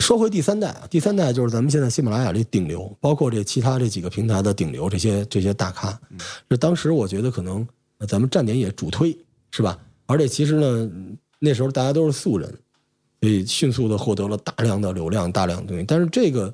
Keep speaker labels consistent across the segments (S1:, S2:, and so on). S1: 说回第三代，啊第三代就是咱们现在喜马拉雅这顶流，包括这其他这几个平台的顶流，这些这些大咖。
S2: 嗯
S1: 这当时我觉得可能呃咱们站点也主推是吧？而且其实呢，那时候大家都是素人，所以迅速的获得了大量的流量、大量的东西。但是这个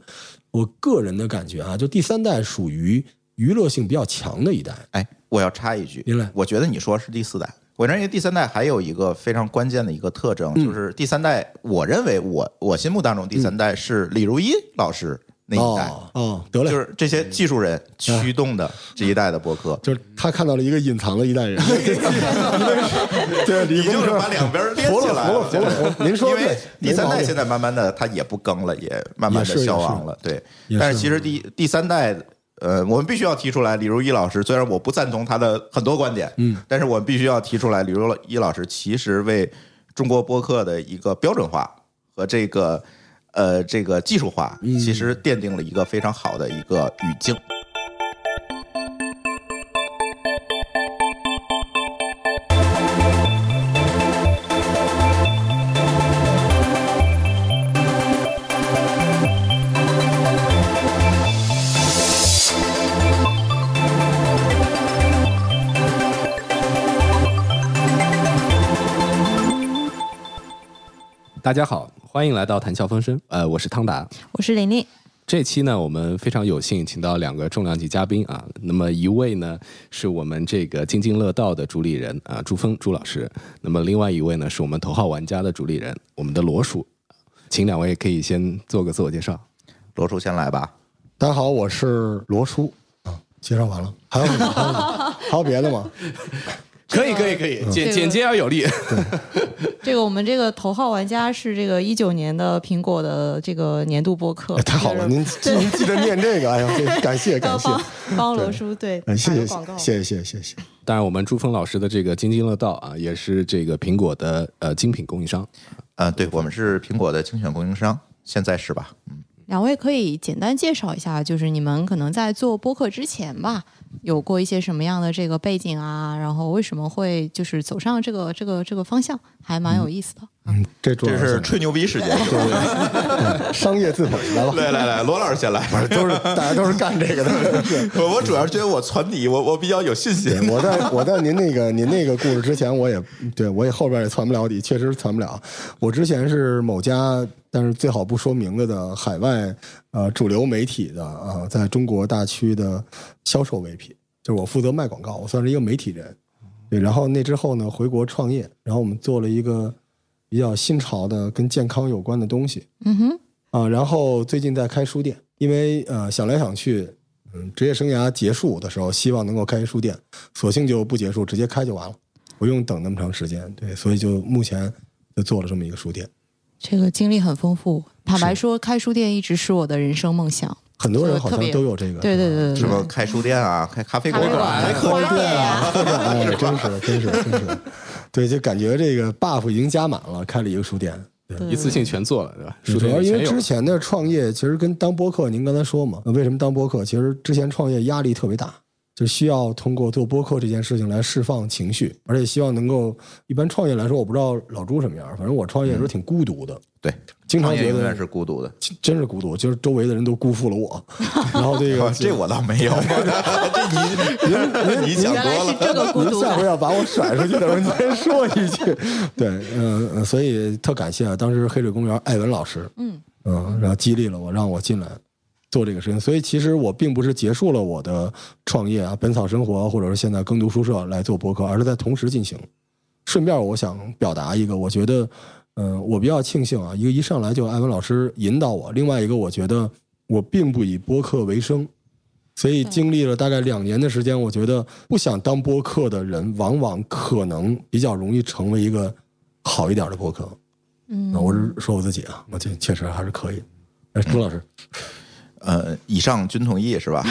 S1: 我个人的感觉啊，就第三代属于娱乐性比较强的一代。
S2: 哎，我要插一句
S1: 您来，
S2: 我觉得你说是第四代，我认为第三代还有一个非常关键的一个特征，
S1: 嗯
S2: 就是第三代，我认为我我心目当中第三代是李如一老师那一代，
S1: 哦哦，得嘞，啊
S2: 就是这些技术人驱动的这一代的播客。
S1: 就是他看到了一个隐藏的一代 人，对
S2: 你
S1: 理工
S2: 就是
S1: 科
S2: 把两 边连
S1: 服
S2: 起
S1: 了
S2: 来
S1: 服了服了服了您说
S2: 因
S1: 对
S2: 为第三
S1: 没毛
S2: 代
S1: 病
S2: 现在慢慢的它也不更了，也慢慢
S1: 也
S2: 的
S1: 是
S2: 消亡了，对。
S1: 也是
S2: 但是其实第第三代，呃，我们必须要提出来，李如一老师，虽然我不赞同他的很多观点，嗯，但是我们必须要提出来，李如一老师其实为中国播客的一个标准化和这个呃这个技术化，
S1: 嗯
S2: 其实奠定了一个非常好的一个语境。
S3: 大家好，欢迎来到谈笑风生。呃，我是汤达。
S4: 我是玲玲，
S3: 这期呢，我们非常有幸请到两个重量级嘉宾啊。那么一位呢是我们这个津津乐道的主理人啊，朱峰朱老师。那么另外一位呢是我们头号玩家的主理人，我们的罗叔。请两位可以先做个自我介绍。
S2: 罗叔先来吧，
S1: 大家好，我是罗叔啊，介绍完了，还有吗还有吗还有别的 吗？
S3: 可以，可以，可以，
S4: 这
S3: 简
S4: 个
S3: 简洁而有力。
S4: 这个我们这个头号玩家是这个一九年的苹果的这个年度播客
S1: 哎，太好了，您
S4: 对
S1: 您记得念这个，哎呀，这感谢感
S4: 要
S1: 谢，
S4: 帮帮罗叔对
S1: 哎，谢谢
S4: 打个广告
S1: 谢谢谢谢谢谢，
S3: 当然，我们朱峰老师的这个津津乐道啊，也是这个苹果的呃精品供应商。
S2: 呃，对我们是苹果的精选供应商，现在是吧？
S4: 两位可以简单介绍一下，就是你们可能在做播客之前吧，有过一些什么样的这个背景啊？然后为什么会就是走上这个这个这个方向，还蛮有意思的。
S1: 嗯，这主要
S2: 这是吹牛逼时间，是吧
S1: 商业自捧 来吧，
S2: 来来来，罗老师先 来。
S1: 都是大家都是干这个 的。对
S2: 我我主要是觉得我传你，我我比较有信心。
S1: 对我在我在您那个您那个故事之前，我也对我也后边也传不了底，确实传不了。我之前是某家，但是最好不说名字的海外呃主流媒体的啊、呃在中国大区的销售 VP，就是我负责卖广告，我算是一个媒体人。对，然后那之后呢，回国创业，然后我们做了一个比较新潮的跟健康有关的东西，
S4: 嗯哼，
S1: 啊，然后最近在开书店，因为呃想来想去，嗯，职业生涯结束的时候，希望能够开书店，索性就不结束，直接开就完了，不用等那么长时间。对，所以就目前就做了这么一个书店。
S4: 这个经历很丰富。坦白说，开书店一直是我的人生梦想。
S1: 很多人好像
S4: 特别
S1: 都有这个，
S4: 对对对
S2: 什
S4: 对
S2: 么
S4: 对，
S2: 开书店啊，开咖啡
S4: 咖
S2: 馆
S4: 啡
S2: 啊，
S4: 馆、
S2: 开课
S4: 花啊店呀、
S1: 哎，真是真是真是， 对，就感觉这个 buff 已经加满了，开了一个书店。对，
S3: 一次性全做了，对吧？书
S1: 主
S3: 店
S1: 要
S3: 里
S1: 因
S3: 全
S1: 为
S3: 有
S1: 之。前的创业其实跟当播客，您刚才说嘛，呃为什么当播客？其实之前创业压力特别大，就需要通过做播客这件事情来释放情绪，而且希望能够。一般创业来说，我不知道老朱什么样，反正我创业的时候挺孤独的，
S2: 对，
S1: 经常
S2: 嗯创业
S1: 觉
S2: 永远
S1: 得
S2: 是孤独的。
S1: 真是孤独，就是周围的人都辜负了 我。然后这个
S2: 这我倒没有，这 你你想
S4: 原来
S2: 多
S4: 是
S2: 了。
S4: 这 个孤
S1: 您
S4: 独
S1: 下回
S4: 感。
S1: 要把我甩出去的时候，您先说一句。对，嗯、呃，所以特感谢啊，当时黑水公园艾文老师，
S4: 嗯
S1: 嗯，然后激励了我，让我进来做这个事情。所以其实我并不是结束了我的创业啊，本草生活，或者是现在耕读书社来做博客，而是在同时进行。顺便，我想表达一个，我觉得，嗯、我比较庆幸啊，一个一上来就艾文老师引导我，另外一个我觉得我并不以播客为生，所以经历了大概两年的时间，我觉得不想当播客的人，往往可能比较容易成为一个好一点的播客。
S4: 嗯
S1: 那，我是说我自己啊，我这确实还是可以的。哎，朱老师，
S2: 呃，以上均同意是吧？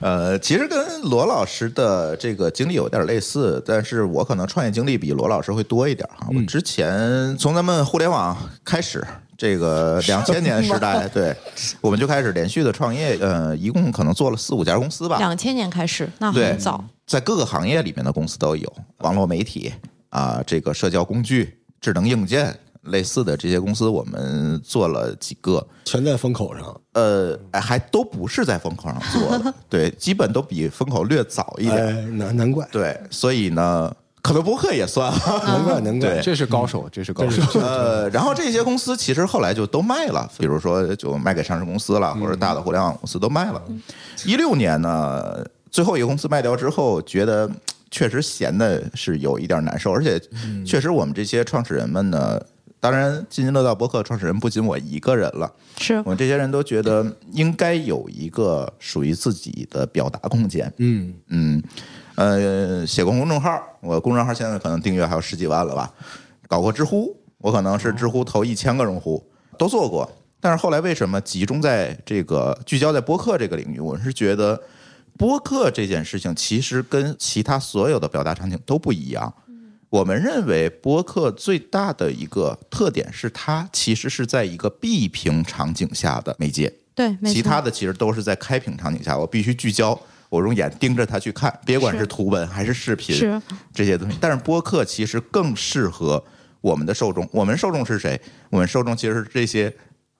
S2: 呃，其实跟罗老师的这个经历有点类似，但是我可能创业经历比罗老师会多一点哈。我之前从咱们互联网开始，这个两千年时代，对，我们就开始连续的创业，呃，一共可能做了四五家公司吧。
S4: 两千年开始，那
S2: 对
S4: 很早。
S2: 在各个行业里面的公司都有，网络媒体啊、这个社交工具、智能硬件类似的这些公司，我们做了几个，
S1: 全在风口上。
S2: 呃，还都不是在风口上做的，对，基本都比风口略早一点，
S1: 哎，难难怪，
S2: 对，所以呢，可能播客也算，
S1: 难怪，难怪
S2: 对。
S3: 这是高手，这是高手。
S2: 呃，然后这些公司其实后来就都卖了，比如说就卖给上市公司了，或者大的互联网公司都卖了。一六年呢，最后一个公司卖掉之后，觉得嗯确实闲的是有一点难受，而且确实我们这些创始人们呢，当然津津乐道播客创始人不仅我一个人了，
S4: 是
S2: 我们这些人都觉得应该有一个属于自己的表达空间。
S1: 嗯，
S2: 嗯，呃，写过公众号，我公众号现在可能订阅还有十几万了吧。搞过知乎，我可能是知乎头一千个用户都做过，但是后来为什么集中在这个聚焦在播客这个领域？我是觉得播客这件事情其实跟其他所有的表达场景都不一样。我们认为播客最大的一个特点是，它其实是在一个闭屏场景下的媒介。
S4: 对，没错
S2: 其他的其实都是在开屏场景下，我必须聚焦，我用眼盯着它去看，别管
S4: 是
S2: 是图文还是视频
S4: 是
S2: 这些东西。但是播客其实更适合我们的受众，我们受众是谁？我们受众其实是这些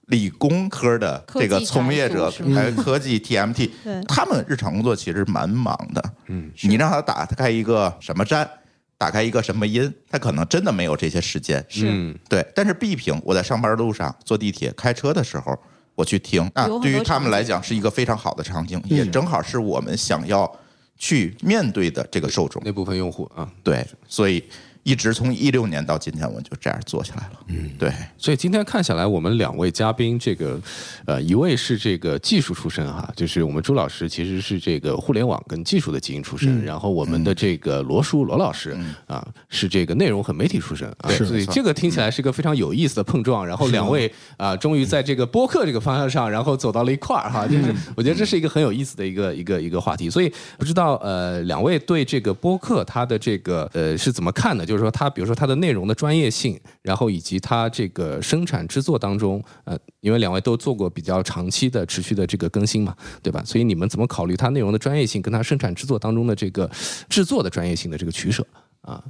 S2: 理工科的
S4: 科技
S2: 这个从业者
S4: 宅族是，吗
S2: 还有科 技 TMT，
S4: 对
S2: 他们日常工作其实蛮忙的。嗯，你让他打开一个什么站，打开一个什么音，他可能真的没有这些时间。
S4: 是
S2: 对，但是 B 屏，我在上班路上、坐地铁、开车的时候，我去听啊
S4: 有很，多
S2: 对于他
S4: 场景
S2: 们来讲是一个非常好的场景，也正好是我们想要去面对的这个受众。
S3: 那部分用户啊，
S2: 对，所以一直从一六年到今天，我就这样做下来了。嗯，对，
S3: 所以今天看下来，我们两位嘉宾，这个呃，一位是这个技术出身哈，就是我们朱老师其实是这个互联网跟技术的精英出
S2: 嗯
S3: 身，然后我们的这个罗叔罗老师、啊是这个内容和媒体出身啊，
S2: 对
S3: 所
S2: 嗯
S3: 以
S2: 没错
S3: 这个听起来是个非常有意思的碰撞。然后两位啊，终于在这个播客这个方向上，然后走到了一块儿哈，就是我觉得这是一个很有意思的一个一个一个话题。所以不知道呃，两位对这个播客它的这个呃是怎么看的？就是说它，比如说它的内容的专业性，然后以及它这个生产制作当中，呃，因为两位都做过比较长期的持续的这个更新嘛，对吧？所以你们怎么考虑它内容的专业性跟它生产制作当中的这个制作的专业性的这个取舍啊？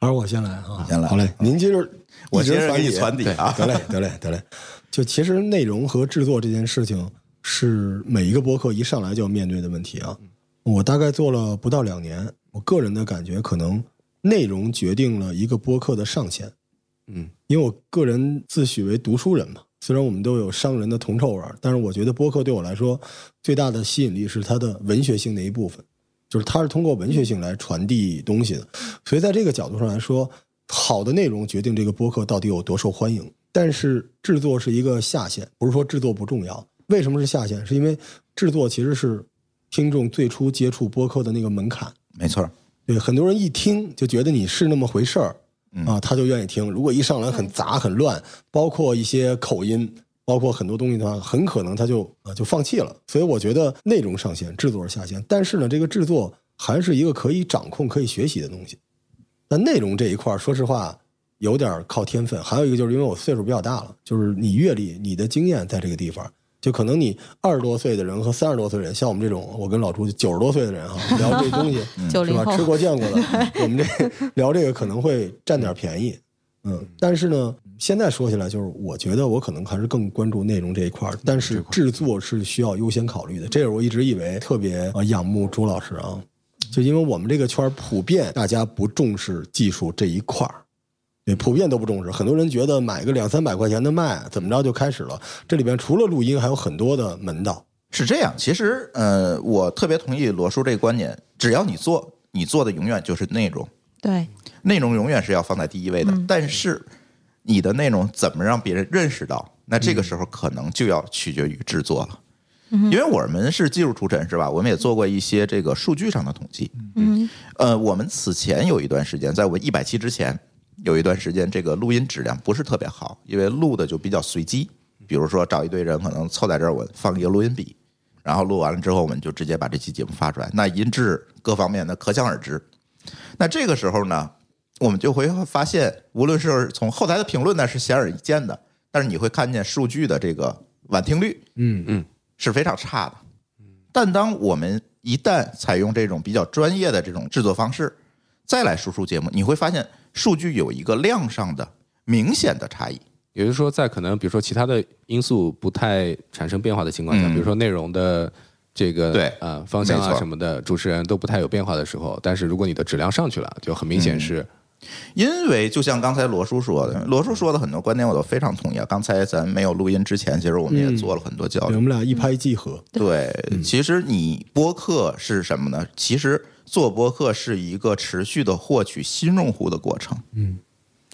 S1: 还是我先来啊，
S2: 先来
S1: 好嘞，您接着，
S2: 我接
S1: 一直
S2: 着给你
S1: 底
S2: 传底啊。
S1: 得嘞，得嘞，得嘞。就其实内容和制作这件事情，是每一个播客一上来就要面对的问题啊。我大概做了不到两年，我个人的感觉，可能内容决定了一个播客的上限。
S3: 嗯，
S1: 因为我个人自诩为读书人嘛，虽然我们都有商人的铜臭味儿，但是我觉得播客对我来说最大的吸引力是它的文学性的一部分，就是它是通过文学性来传递东西的。所以在这个角度上来说，好的内容决定这个播客到底有多受欢迎。但是制作是一个下限，不是说制作不重要。为什么是下限？是因为制作其实是听众最初接触播客的那个门槛。
S2: 没错，
S1: 对，很多人一听就觉得你是那么回事儿啊，他就愿意听。如果一上来很杂很乱，包括一些口音，包括很多东西的话，很可能他就啊就放弃了。所以我觉得内容上限，制作是下限，但是呢，这个制作还是一个可以掌控、可以学习的东西。但内容这一块儿，说实话有点儿靠天分。还有一个就是因为我岁数比较大了，就是你阅历、你的经验在这个地方，就可能你二十多岁的人和三十多岁的人，像我们这种，我跟老朱九十多岁的人哈，聊这东西
S2: 嗯
S4: 90
S1: 是吧？
S4: 后
S1: 吃过见过的，我们这聊这个可能会占点便宜。嗯，但是呢，现在说起来，就是我觉得我可能还是更关注内容这一块儿，但是制作是需要优先考虑的。这是我一直以为特别呃仰慕朱老师啊，就因为我们这个圈儿普遍大家不重视技术这一块儿，对，普遍都不重视。很多人觉得买个两三百块钱的麦怎么着就开始了，这里边除了录音还有很多的门道。
S2: 是这样。其实，呃，我特别同意罗叔这个观点，只要你做，你做的永远就是内容。
S4: 对
S2: 内容永远是要放在第一位的，但是你的内容怎么让别人认识到？那这个时候可能就要取决于制作了，因为我们是技术出身，是吧？我们也做过一些这个数据上的统计。
S4: 嗯，
S2: 呃，我们此前有一段时间，在我一百期之前有一段时间，这个录音质量不是特别好，因为录的就比较随机。比如说找一堆人，可能凑在这儿，我放一个录音笔，然后录完了之后，我们就直接把这期节目发出来。那音质各方面的可想而知。那这个时候呢，我们就会发现，无论是从后台的评论呢，是显而易见的，但是你会看见数据的这个晚听率，
S1: 嗯
S3: 嗯，
S2: 是非常差的。但当我们一旦采用这种比较专业的这种制作方式，再来输出节目，你会发现数据有一个量上的明显的差异。
S3: 也就是说，在可能比如说其他的因素不太产生变化的情况下，
S2: 嗯
S3: 比如说内容的这个
S2: 对
S3: 呃方向
S2: 没
S3: 啊
S2: 错
S3: 什么的，主持人都不太有变化的时候，但是如果你的质量上去了，就很
S2: 嗯
S3: 明显是
S2: 因为就像刚才罗叔说的，罗叔说的很多观点我都非常同意啊。刚才咱没有录音之前，其实我们也做了很多交
S1: 对
S2: 流。
S1: 我们俩一拍即合。
S2: 对，
S1: 嗯
S2: 其实你播客是什么呢？其实做播客是一个持续的获取新用户的过程。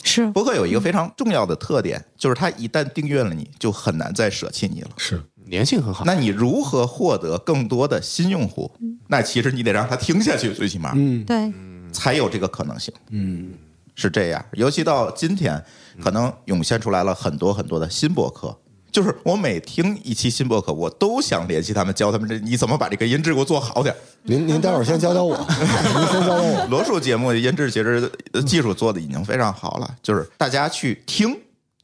S4: 是
S2: 播客有一个非常重要的特点，就是它一旦订阅了你，就很难再舍弃你了。
S1: 是，
S3: 粘性很好。
S2: 那你如何获得更多的新用户？那其实你得让他听下去，最起码
S1: 嗯
S4: 对，
S2: 才有这个可能性。
S1: 嗯，
S2: 是这样，尤其到今天，可能涌现出来了很多很多的新博客。就是我每听一期新博客，我都想联系他们，教他们这你怎么把这个音质给我做好点儿。
S1: 您您待会儿先教教我，您先教教我。
S2: 罗叔节目的音质其实呃技术做的已经非常好了，就是大家去听，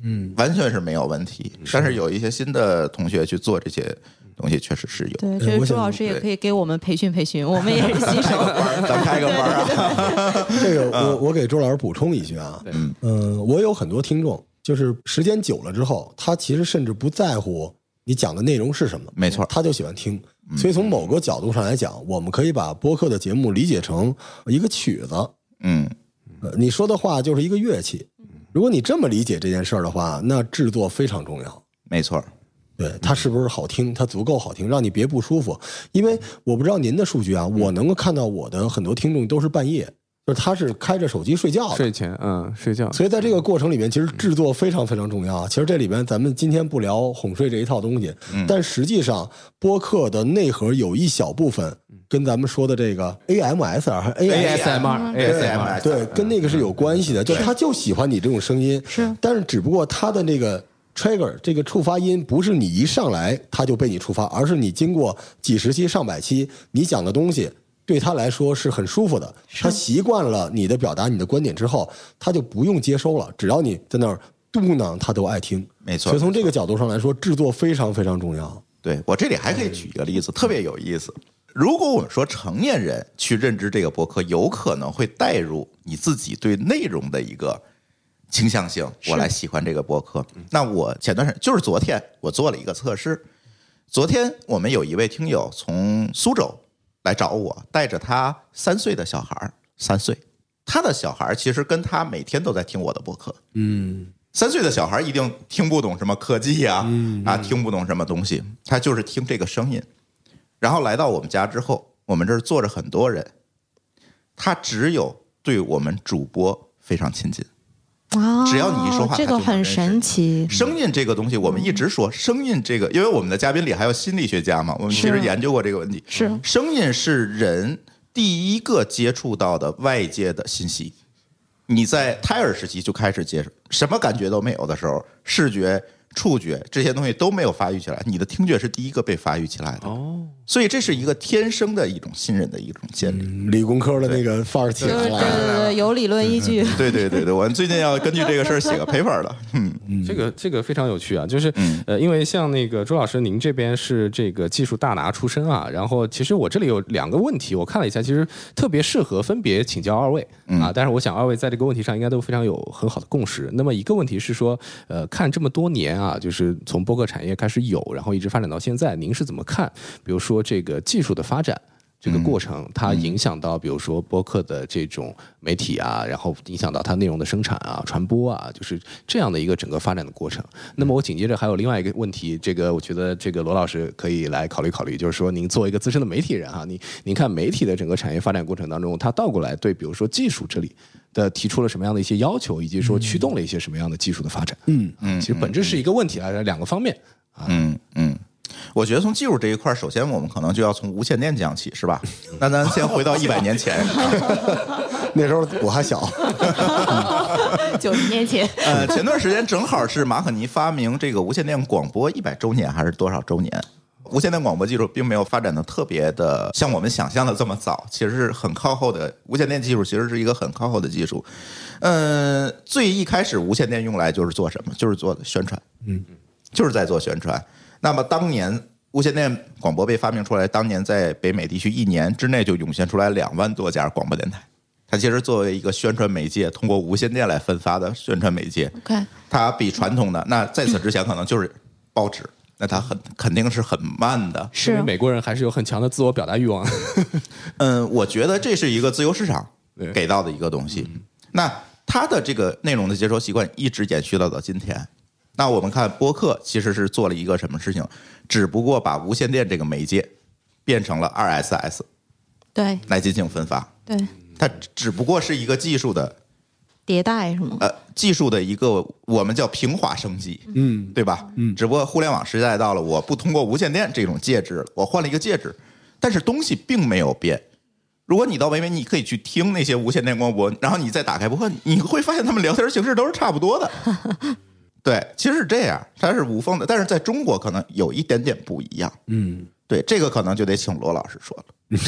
S1: 嗯，
S2: 完全是没有问题。但是有一些新的同学去做这些东西，确实是有。
S4: 对，
S1: 这个
S4: 这
S1: 我
S4: 个朱
S1: 想
S4: 老师也
S2: 对
S4: 可以给我们培训 培训，我们也是新手。
S2: 咱开个班儿啊，
S1: 这个我
S2: 嗯
S1: 我给周老师补充一句啊，嗯、我有很多听众，就是时间久了之后，他其实甚至不在乎你讲的内容是什么，
S2: 没错嗯
S1: 他就喜欢听。所以从某个角度上来讲，我们可以把播客的节目理解成一个曲子，
S2: 嗯，
S1: 呃你说的话就是一个乐器。如果你这么理解这件事儿的话，那制作非常重要。
S2: 没错儿，
S1: 对它是不是好听？它足够好听，让你别不舒服。因为我不知道您的数据啊，我能够看到我的很多听众都是半夜，就是他是开着手机睡觉的。
S3: 睡前嗯睡觉，
S1: 所以在这个过程里面，其实制作非常非常重要啊。其实这里边咱们今天不聊哄睡这一套东西，但实际上播客的内核有一小部分跟咱们说的这个 AMSR 和 AS。
S3: ASMR
S2: 对
S3: ASMR
S1: 对，
S2: 嗯
S1: 跟那个是有关系的，就他就喜欢你这种声音，
S4: 是
S1: 但是只不过他的那个 trigger 这个触发音不是你一上来他就被你触发，而是你经过几十期、上百期，你讲的东西对他来说是很舒服的，他习惯了你的表达、你的观点之后，他就不用接收了，只要你在那儿嘟囔，他都爱听。
S2: 没错
S1: 所以从这个角度上来说，制作非常非常重要。
S2: 对我这里还可以举一个例子，特别有意思。如果我们说成年人去认知这个博客，有可能会带入你自己对内容的一个倾向性，我来喜欢这个博客。那我前段时间就是昨天，我做了一个测试。昨天我们有一位听友从苏州来找我，带着他三岁的小孩儿，三岁，他的小孩儿其实跟他每天都在听我的博客，三岁的小孩一定听不懂什么科技呀、啊，听不懂什么东西，他就是听这个声音。然后来到我们家之后，我们这儿坐着很多人，他只有对我们主播非常亲近。
S4: 啊
S2: 只要你一说话他
S4: 这个
S2: 就能
S4: 很
S2: 认识
S4: 神奇。
S2: 声音这个东西，我们一直说声音这个，因为我们的嘉宾里还有心理学家嘛，我们其实
S4: 是
S2: 研究过这个问题。
S4: 是
S2: 声音是人第一个接触到的外界的信息。你在胎儿时期就开始接受，什么感觉都没有的时候，视觉、触觉这些东西都没有发育起来，你的听觉是第一个被发育起来的。哦，所以这是一个天生的一种信任的一种建立。
S1: 嗯理工科的那个范儿起
S4: 就
S1: 来
S4: 是对
S1: 了。
S4: 对对，有理论依据。
S2: 对对对对，我们最近要根据这个事儿写个 paper 了。嗯，
S3: 这个这个非常有趣啊，就是、呃，因为像那个周老师，您这边是这个技术大拿出身啊，然后其实我这里有两个问题，我看了一下，其实特别适合分别请教二位、啊，但是我想二位在这个问题上应该都非常有很好的共识。那么一个问题是说，呃，看这么多年啊，就是从播客产业开始有，然后一直发展到现在，您是怎么看？比如说这个技术的发展。这个过程，它影响到比如说播客的这种媒体啊，然后影响到它内容的生产啊、传播啊，就是这样的一个整个发展的过程。那么我紧接着还有另外一个问题，这个我觉得这个罗老师可以来考虑考虑，就是说您作为一个资深的媒体人啊，您您看媒体的整个产业发展过程当中，它倒过来对比如说技术这里的提出了什么样的一些要求，以及说驱动了一些什么样的技术的发展？嗯嗯，其实本质是一个问题啊，两个方面。
S2: 嗯，嗯，我觉得从技术这一块儿，首先我们可能就要从无线电讲起，是吧？那咱先回到一百年前，
S1: 那时候我还小，
S2: 嗯
S4: 九十 年前，
S2: 呃，前段时间正好是马可尼发明这个无线电广播一百周年还是多少周年？无线电广播技术并没有发展的特别的像我们想象的这么早，其实是很靠后的。无线电技术其实是一个很靠后的技术。嗯，最一开始无线电用来就是做什么？就是做宣传，嗯，就是在做宣传。那么当年无线电广播被发明出来，当年在北美地区一年之内就涌现出来两万多家广播电台。它其实作为一个宣传媒介，通过无线电来分发的宣传媒介，
S4: OK，
S2: 它比传统的那在此之前可能就是报纸，那它很肯定是很慢的。
S3: 因为
S4: 是
S3: 美国人还是有很强的自我表达欲望。
S2: 嗯，我觉得这是一个自由市场
S3: 对
S2: 给到的一个东西。那它的这个内容的接收习惯一直延续到到今天。那我们看播客其实是做了一个什么事情，只不过把无线电这个媒介变成了 RSS
S4: 对
S2: 来进行分发，
S4: 对，
S2: 它只不过是一个技术的
S4: 迭代是吗？
S2: 呃技术的一个我们叫平滑升级，
S1: 嗯，
S2: 对吧？嗯，只不过互联网时代到了，我不通过无线电这种介质了，我换了一个介质，但是东西并没有变。如果你到北美，你可以去听那些无线电广播，然后你再打开播客，你会发现他们聊天形式都是差不多的。对，其实是这样，它是无缝的，但是在中国可能有一点点不一样。
S1: 嗯，
S2: 对，这个可能就得请罗老师说了。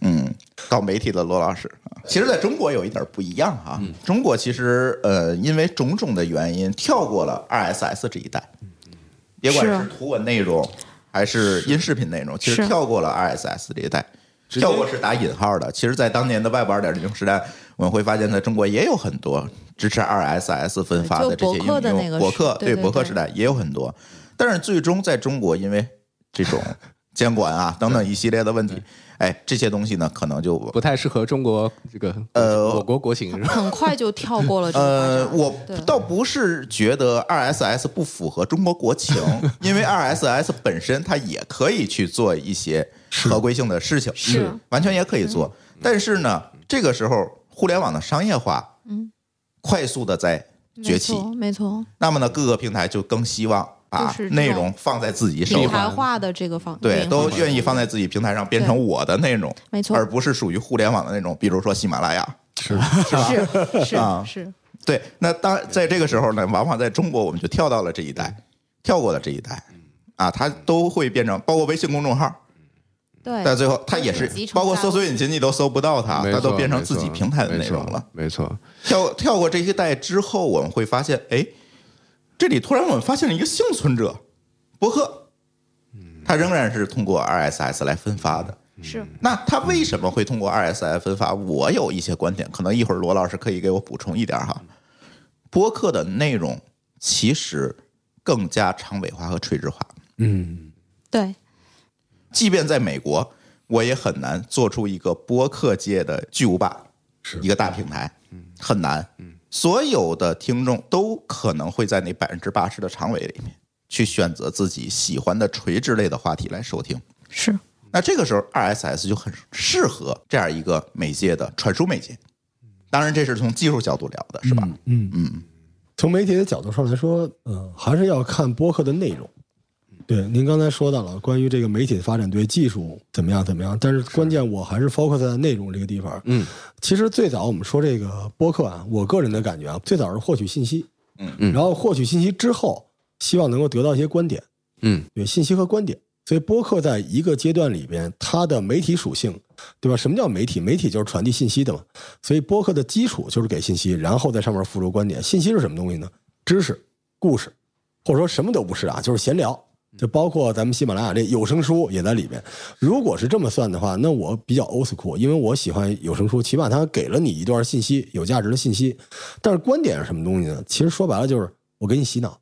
S2: 嗯，搞媒体的罗老师，啊其实在中国有一点不一样啊。中国其实呃，因为种种的原因，跳过了 RSS 这一代，别管
S4: 是
S2: 是图文内容还是音视频内容，其实
S4: 是
S2: 跳过了 RSS 这一代。
S3: 接
S2: 跳过是打引号的，其实，在当年的 Web 二点零时代，我们会发现，在中国也有很多支持 RSS 分发的这些
S4: 就
S2: 应
S4: 博客的那
S2: 用，
S4: 个
S2: 博客
S4: 时对对
S2: 博客
S4: 对
S2: 时代也有很多，但是最终在中国，因为这种监管啊等等一系列的问题，哎，这些东西呢，可能就
S3: 不太适合中国这个
S2: 呃
S3: 我国国情是吧？
S4: 很快就跳过了这
S2: 呃
S4: 个，发展
S2: 我
S4: 对
S2: 倒不是觉得 RSS 不符合中国国 情，因为 RSS 本身它也可以去做一些合规性的事情，嗯
S4: 是嗯是
S2: 完全也可以做。但是呢，这个时候互联网的商业化，
S4: 嗯，
S2: 快速的在崛起
S4: 没，错没错，
S2: 那么呢，各个平台就更希望把
S4: 就是这种
S2: 内容放在自己手
S4: 平
S2: 上。
S4: 台化的这个方
S2: 对，都
S4: 运营
S2: 愿意放在自己平台上变成我的内容，
S4: 没错
S2: 而不是属于互联网的那种，比如说喜马拉雅，
S4: 是是
S2: 啊
S4: 是
S2: 对，那当在这个时候呢，往往在中国我们就跳到了这一代，
S3: 嗯
S2: 跳过了这一代，啊，它都会变成包括微信公众号，
S4: 对
S2: 但最后它也是
S4: 集成
S2: 包括
S4: 在
S2: 搜索引擎你都搜不到它，
S3: 没
S2: 啊它都
S3: 错
S2: 变成自己
S3: 没错
S2: 平台的内容了。
S3: 没错。没错
S2: 跳跳过这一代之后，我们会发现，哎，这里突然我们发现了一个幸存者，博客，
S3: 嗯
S2: 它仍然是通过 RSS 来分发的。
S4: 是
S2: 那它为什么会通过 RSS 分发？我有一些观点，可能一会儿罗老师可以给我补充一点哈。播客的内容其实更加长尾化和垂直化，
S4: 对
S2: 即便在美国，我也很难做出一个播客界的巨无霸，一个大平台，很难。所有的听众都可能会在那百分之八十的长尾里面去选择自己喜欢的垂直类的话题来收听。
S4: 是
S2: 那这个时候，RSS 就很适合这样一个媒介的传输媒介。当然，这是从技术角度聊的，是吧？
S1: 嗯从媒体的角度上来说，嗯、还是要看播客的内容。对，您刚才说到了关于这个媒体的发展对技术怎么样怎么样，但是关键我还是 focus 在内容这个地方。
S3: 嗯，
S1: 其实最早我们说这个播客啊，我个人的感觉啊，最早是获取信息，
S2: 嗯
S3: 嗯
S1: 然后获取信息之后，希望能够得到一些观点，
S3: 嗯，
S1: 对，信息和观点。所以播客在一个阶段里边，它的媒体属性，对吧？什么叫媒体？媒体就是传递信息的嘛。所以播客的基础就是给信息，然后在上面附着观点。信息是什么东西呢？知识、故事，或者说什么都不是啊，就是闲聊。就包括咱们喜马拉雅这有声书也在里面。如果是这么算的话，那我比较 old school，因为我喜欢有声书，起码它给了你一段信息，有价值的信息。但是观点是什么东西呢？其实说白了就是我给你洗脑，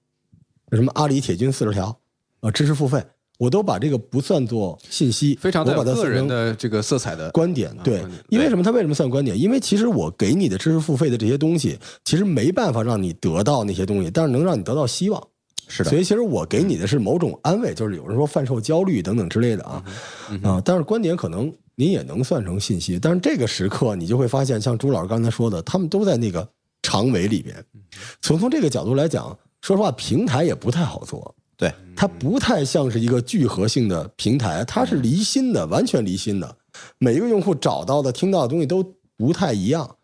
S1: 什么阿里铁军四十条，啊，知识付费，我都把这个不算作信息，
S3: 非常带
S1: 我把
S3: 有
S1: 它
S3: 个
S1: 算
S3: 人
S1: 成
S3: 的这个色彩的
S1: 观点
S3: 啊。
S1: 对
S3: 观点，
S1: 因为
S3: 对
S1: 什么？他为什么算观点？因为其实我给你的知识付费的这些东西，其实没办法让你得到那些东西，但是能让你得到希望。
S2: 是的
S1: 所以其实我给你的是某种安慰，就是有人说贩售焦虑等等之类的啊
S3: 嗯
S1: 啊，但是观点可能您也能算成信息，但是这个时刻你就会发现，像朱老师刚才说的，他们都在那个长尾里边。
S3: 嗯
S1: 从从这个角度来讲，说实话，平台也不太好做。
S2: 对，
S1: 它不太像是一个聚合性的平台，它是离心的，完全离心的。每一个用户找到的、听到的东西都不太一样。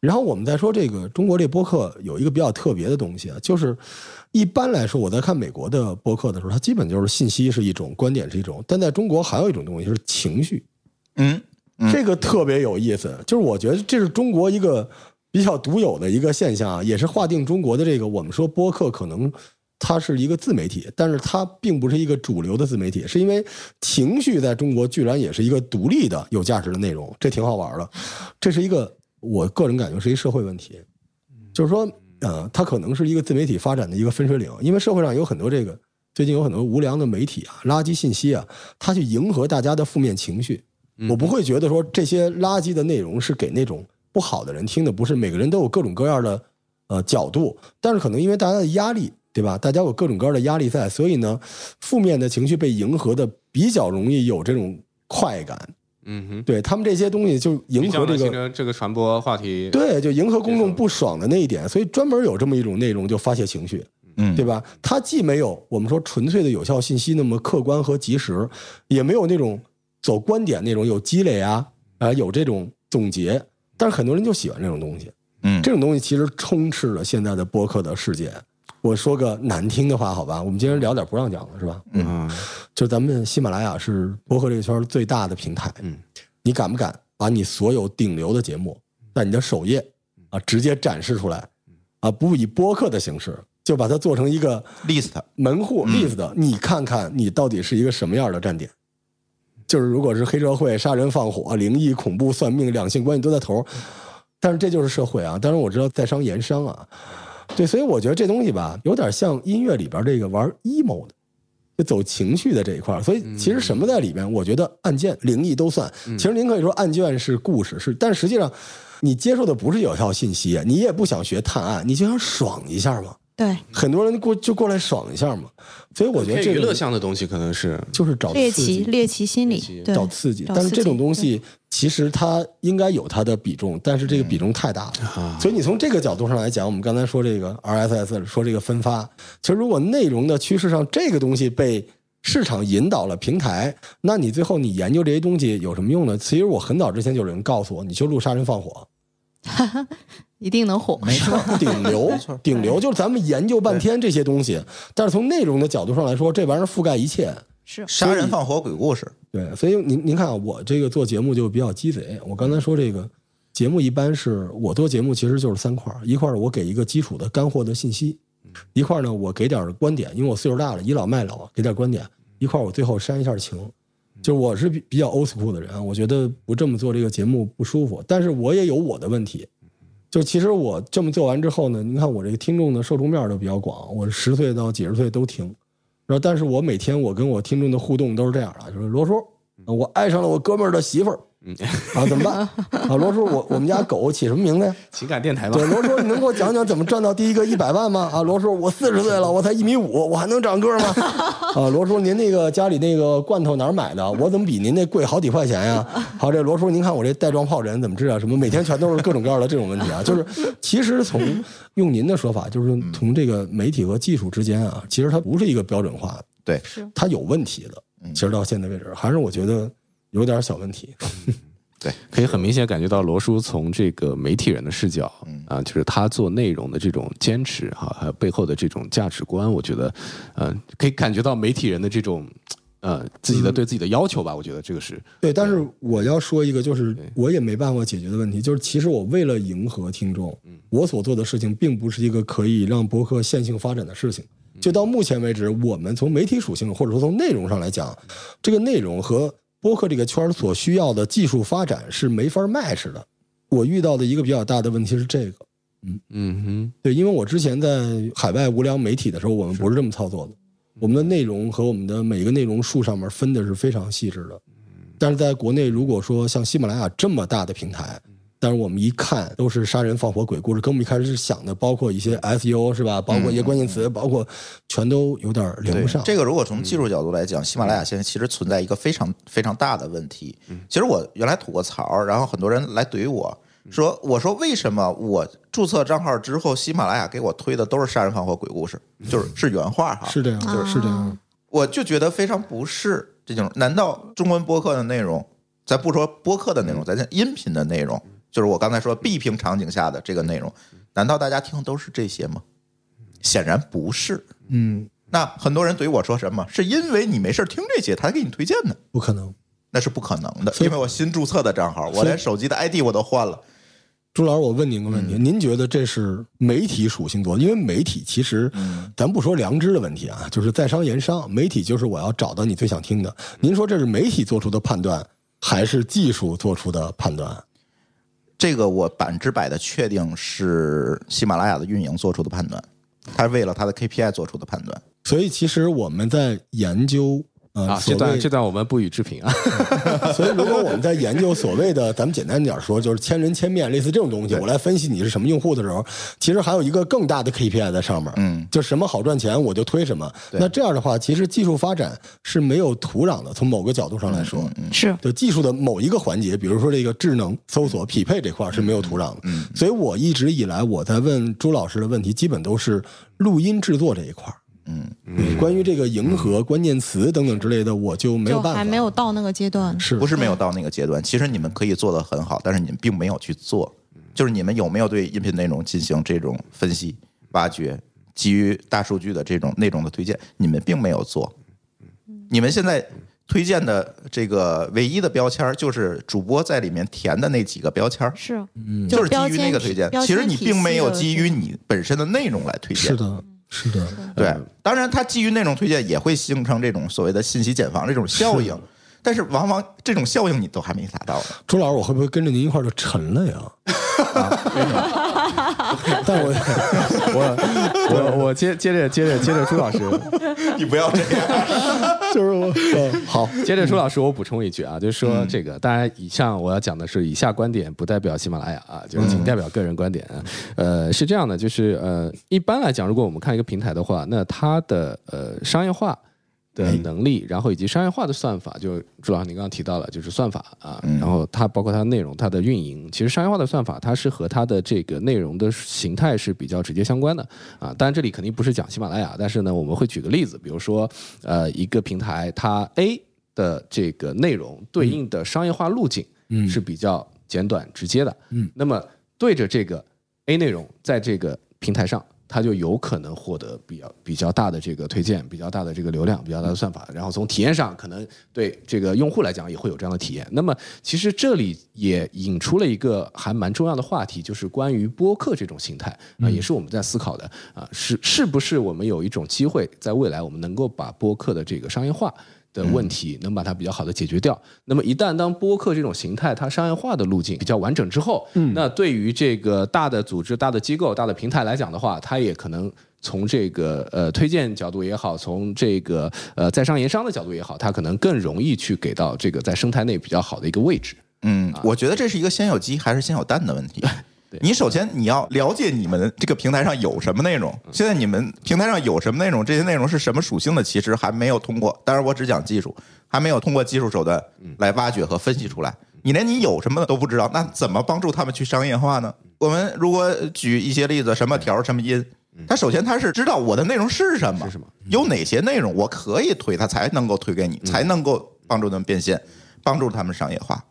S1: 然后我们再说这个中国这播客有一个比较特别的东西啊，就是一般来说我在看美国的播客的时候，它基本就是信息是一种，观点是一种，但在中国还有一种东西就是情绪，
S2: 嗯，嗯
S1: 这个特别有意思，就是我觉得这是中国一个比较独有的一个现象啊，也是划定中国的这个我们说播客可能它是一个自媒体，但是它并不是一个主流的自媒体，是因为情绪在中国居然也是一个独立的有价值的内容，这挺好玩的，这是一个我个人感觉是一社会问题，就是说，呃，它可能是一个自媒体发展的一个分水岭，因为社会上有很多这个最近有很多无良的媒体啊、垃圾信息啊，它去迎合大家的负面情绪。
S3: 嗯
S1: 我不会觉得说这些垃圾的内容是给那种不好的人听的，不是每个人都有各种各样的呃角度，但是可能因为大家的压力，对吧？大家有各种各样的压力在，所以呢，负面的情绪被迎合的比较容易有这种快感。
S3: 嗯哼，
S1: 对他们这些东西就迎
S3: 影响
S1: 合这
S3: 了
S1: 个，
S3: 形成这个传播话题。
S1: 对，就迎合公众不爽的那一点，所以专门有这么一种内容就发泄情绪，
S2: 嗯，
S1: 对吧？它既没有我们说纯粹的有效信息那么客观和及时，也没有那种走观点那种有积累啊啊、有这种总结，但是很多人就喜欢这种东西，
S2: 嗯，
S1: 这种东西其实充斥了现在的播客的世界。我说个难听的话，好吧，我们今天聊点不让讲的是吧？
S3: 嗯
S1: 就咱们喜马拉雅是博客这个圈儿最大的平台，
S3: 嗯，
S1: 你敢不敢把你所有顶流的节目在你的首页啊直接展示出来，啊不以播客的形式，就把它做成一个
S2: list，
S1: 门户 list，、你看看你到底是一个什么样的站点。就是如果是黑社会、杀人放火、灵异、恐怖、算命、两性关系都在头儿，但是这就是社会啊。当然我知道在商言商啊，对，所以我觉得这东西吧，有点像音乐里边这个玩 emo 的。就走情绪的这一块儿所以其实什么在里面，我觉得案件、灵异都算。其实您可以说案件是故事，是，但实际上你接受的不是有效信息，你也不想学探案，你就想爽一下嘛。
S4: 对，
S1: 很多人过就过来爽一下嘛，所以我觉得这
S3: 偏娱乐
S1: 个
S3: 向的东西可能是
S1: 就是找
S4: 猎
S1: 刺
S4: 奇
S1: 激，
S4: 猎奇心理
S3: 猎奇，
S4: 对，
S1: 找刺激。
S4: 找
S1: 但是
S4: 刺
S1: 这种
S4: 激
S1: 东西其实它应该有它的比重，但是这个比重太大
S3: 啊
S1: 了。所以你从这个角度上来讲，我们刚才说这个 RSS 说这个分发，其实如果内容的趋势上这个东西被市场引导了平台，那你最后你研究这些东西有什么用呢？其实我很早之前就有人告诉我，你就录杀人放火，
S4: 一定能火。
S2: 没错，
S1: 顶流，顶流就是咱们研究半天这些东西，但是从内容的角度上来说，这玩意儿覆盖一切。
S4: 是
S2: 杀人放火鬼故事，
S1: 对，所以您您看啊，我这个做节目就比较鸡贼。我刚才说这个节目一般是我做节目其实就是三块儿，一块儿我给一个基础的干货的信息，一块儿呢我给点儿观点，因为我岁数大了，倚老卖老，给点儿观点，一块儿我最后煽一下情。就是我是比比较 old school 的人，我觉得不这么做这个节目不舒服，但是我也有我的问题。就其实我这么做完之后呢，您看我这个听众的受众面儿都比较广，我十岁到几十岁都听。然后，但是我每天我跟我听众的互动都是这样的，就是罗叔，呃我爱上了我哥们儿的媳妇儿，啊，怎么办？啊，罗叔，我我们家狗起什么名字呀？
S3: 情感电台吧
S1: 对，？罗叔，你能给我讲讲怎么赚到第一个一百万吗？啊，罗叔，我四十岁了，我才一米五，我还能长个儿吗？啊，罗叔，您那个家里那个罐头哪儿买的？我怎么比您那贵好几块钱呀？好，这罗叔，您看我这带状疱疹怎么治啊？什么每天全都是各种各样的这种问题啊？就是其实从用您的说法，就是从这个媒体和技术之间啊，其实它不是一个标准化的，
S2: 对，
S1: 它有问题的。其实到现在为止，还是我觉得有点小问题。
S3: 可以很明显感觉到罗叔从这个媒体人的视角，
S2: 嗯
S3: 啊，就是他做内容的这种坚持哈、还有背后的这种价值观，我觉得，呃，可以感觉到媒体人的这种，呃，自
S1: 嗯
S3: 己的对自己的要求吧，我觉得这个是，
S1: 对，但是我要说一个，就是我也没办法解决的问题，就是其实我为了迎合听众，我所做的事情并不是一个可以让博客线性发展的事情。就到目前为止，我们从媒体属性或者说从内容上来讲，这个内容和播客这个圈儿所需要的技术发展是没法 match 的。我遇到的一个比较大的问题是这个，
S3: 嗯哼，
S1: 对，因为我之前在海外无良媒体的时候，我们不是这么操
S2: 嗯
S1: 作的。我们的内容和我们的每一个内容树上面分的是非常细致的。
S2: 嗯
S1: 但是在国内，如果说像喜马拉雅这么大的平台，
S2: 嗯
S1: 但是我们一看都是杀人放火鬼故事，跟我们一开始想的，包括一些 SEO 是吧？包括一些关键词，包括全都有点连
S2: 嗯对
S1: 不上。
S2: 这个如果从技术角度来讲，喜马拉雅现在其实存在一个非常非常大的问题。
S1: 嗯
S2: 其实我原来吐过槽，然后很多人来怼我
S1: 嗯
S2: 说，我说为什么我注册账号之后，喜马拉雅给我推的都是杀人放火鬼故事，就是是原话哈，
S1: 是这样，
S4: 啊
S1: 是这样。
S2: 我就觉得非常不适。这种难道中文播客的内容，咱不说播客的内
S1: 嗯
S2: 容，咱讲音频的内容，就是我刚才说 B 屏场景下的这个内容，难道大家听的都是这些吗？显然不是。
S1: 嗯，
S2: 那很多人怼我说什么？是因为你没事儿听这些，他还给你推荐呢？
S1: 不可能。
S2: 那是不可能的，
S1: 所以
S2: 因为我新注册的账号，我连手机的 ID 我都换了。
S1: 朱老师，我问您个问
S3: 嗯
S1: 题，您觉得这是媒体属性多？因为媒体其实，
S3: 嗯
S1: 咱不说良知的问题啊，就是在商言商，媒体就是我要找到你最想听的。您说这是媒体做出的判断，还是技术做出的判断？
S2: 这个我百分之百的确定是喜马拉雅的运营做出的判断，他是为了他的 KPI 做出的判断。
S1: 所以其实我们在研究呃，
S3: 啊，
S1: 所
S3: 这
S1: 谓
S3: 段这段我们不予置评啊。
S1: 所以，如果我们在研究所谓的，咱们简单点说，就是千人千面类似这种东西，我来分析你是什么用户的时候，其实还有一个更大的 KPI 在上面，
S2: 嗯，
S1: 就什么好赚钱我就推什么。
S2: 对
S1: 那这样的话，其实技术发展是没有土壤的，从某个角度上来说。
S2: 嗯
S4: 是
S1: 就技术的某一个环节，比如说这个智能搜索匹配这块儿是没有土壤的，
S2: 嗯
S1: 所以我一直以来我在问朱老师的问题，基本都是录音制作这一块儿。
S2: 嗯，
S1: 对关于这个迎合关键词等等之类的，我就没有
S4: 就
S1: 办法，
S4: 还没有到那个阶段。
S1: 是
S2: 不是没有到那个阶
S4: 嗯
S2: 段，其实你们可以做得很好，但是你们并没有去做。就是你们有没有对音频内容进行这种分析、挖掘，基于大数据的这种内容的推荐，你们并没有做。
S4: 嗯
S2: 你们现在推荐的这个唯一的标签儿就是主播在里面填的那几个标签儿，
S4: 是，
S1: 嗯
S2: 就是基
S4: 标
S2: 于
S4: 签
S2: 那个
S4: 体
S2: 推荐
S4: 标。
S2: 其实
S4: 签
S2: 你
S4: 体
S2: 并没
S4: 系
S2: 有
S4: 的
S2: 基
S4: 这
S2: 于你本身的内容来推荐
S1: 是。的，是的，
S2: 对，当然它基于那种推荐也会形成这种所谓的信息茧房这种效 应，但是往往这种效应你都还没达到呢。
S1: 朱老师，我会不会跟着您一块儿就沉了呀？但我
S3: 我我我接接着接着接着朱老师，
S2: 你不要这样。
S1: 就是我、嗯好，
S3: 接着朱老师，我补充一句啊，就是说这个，当然以上我要讲的是以下观点不代表喜马拉雅啊，就是仅代表个人观点啊。呃，是这样的，就是呃，一般来讲，如果我们看一个平台的话，那它的呃商业化。的能力，然后以及商业化的算法，就是朱老师您刚刚提到了，就是算法啊，然后它包括它的内容、它的运营，其实商业化的算法它是和它的这个内容的形态是比较直接相关的啊。当然这里肯定不是讲喜马拉雅，但是呢，我们会举个例子，比如说呃一个平台它 A 的这个内容对应的商业化路径是比较简短直接的。
S1: 嗯，
S3: 那么对着这个 A 内容，在这个平台上，它就有可能获得比较比较大的这个推荐，比较大的这个流量，比较大的算法。然后从体验上，可能对这个用户来讲也会有这样的体验。那么其实这里也引出了一个还蛮重要的话题，就是关于播客这种形态啊，也是我们在思考的啊，是是不是我们有一种机会，在未来我们能够把播客的这个商业化。的问题，能把它比较好的解决掉。那么一旦当播客这种形态它商业化的路径比较完整之后，那对于这个大的组织、大的机构、大的平台来讲的话，它也可能。从这个呃推荐角度也好，从这个呃在商言商的角度也好，它可能更容易去给到这个在生态内比较好的一个位置。
S2: 嗯，我觉得这是一个先有鸡还是先有蛋的问 题。你首先你要了解你们这个平台上有什么内容，现在你们平台上有什么内容，这些内容是什么属性的，其实还没有通过。当然，我只讲技术，还没有通过技术手段来挖掘和分析出来。你连你有什么都不知道，那怎么帮助他们去商业化呢？我们如果举一些例子，什么条什么音，他首先他是知道我的内容嗯是什么，嗯有哪些内容我可以推，他才能够推给你，才能够帮助他们变现，帮助他们商业化。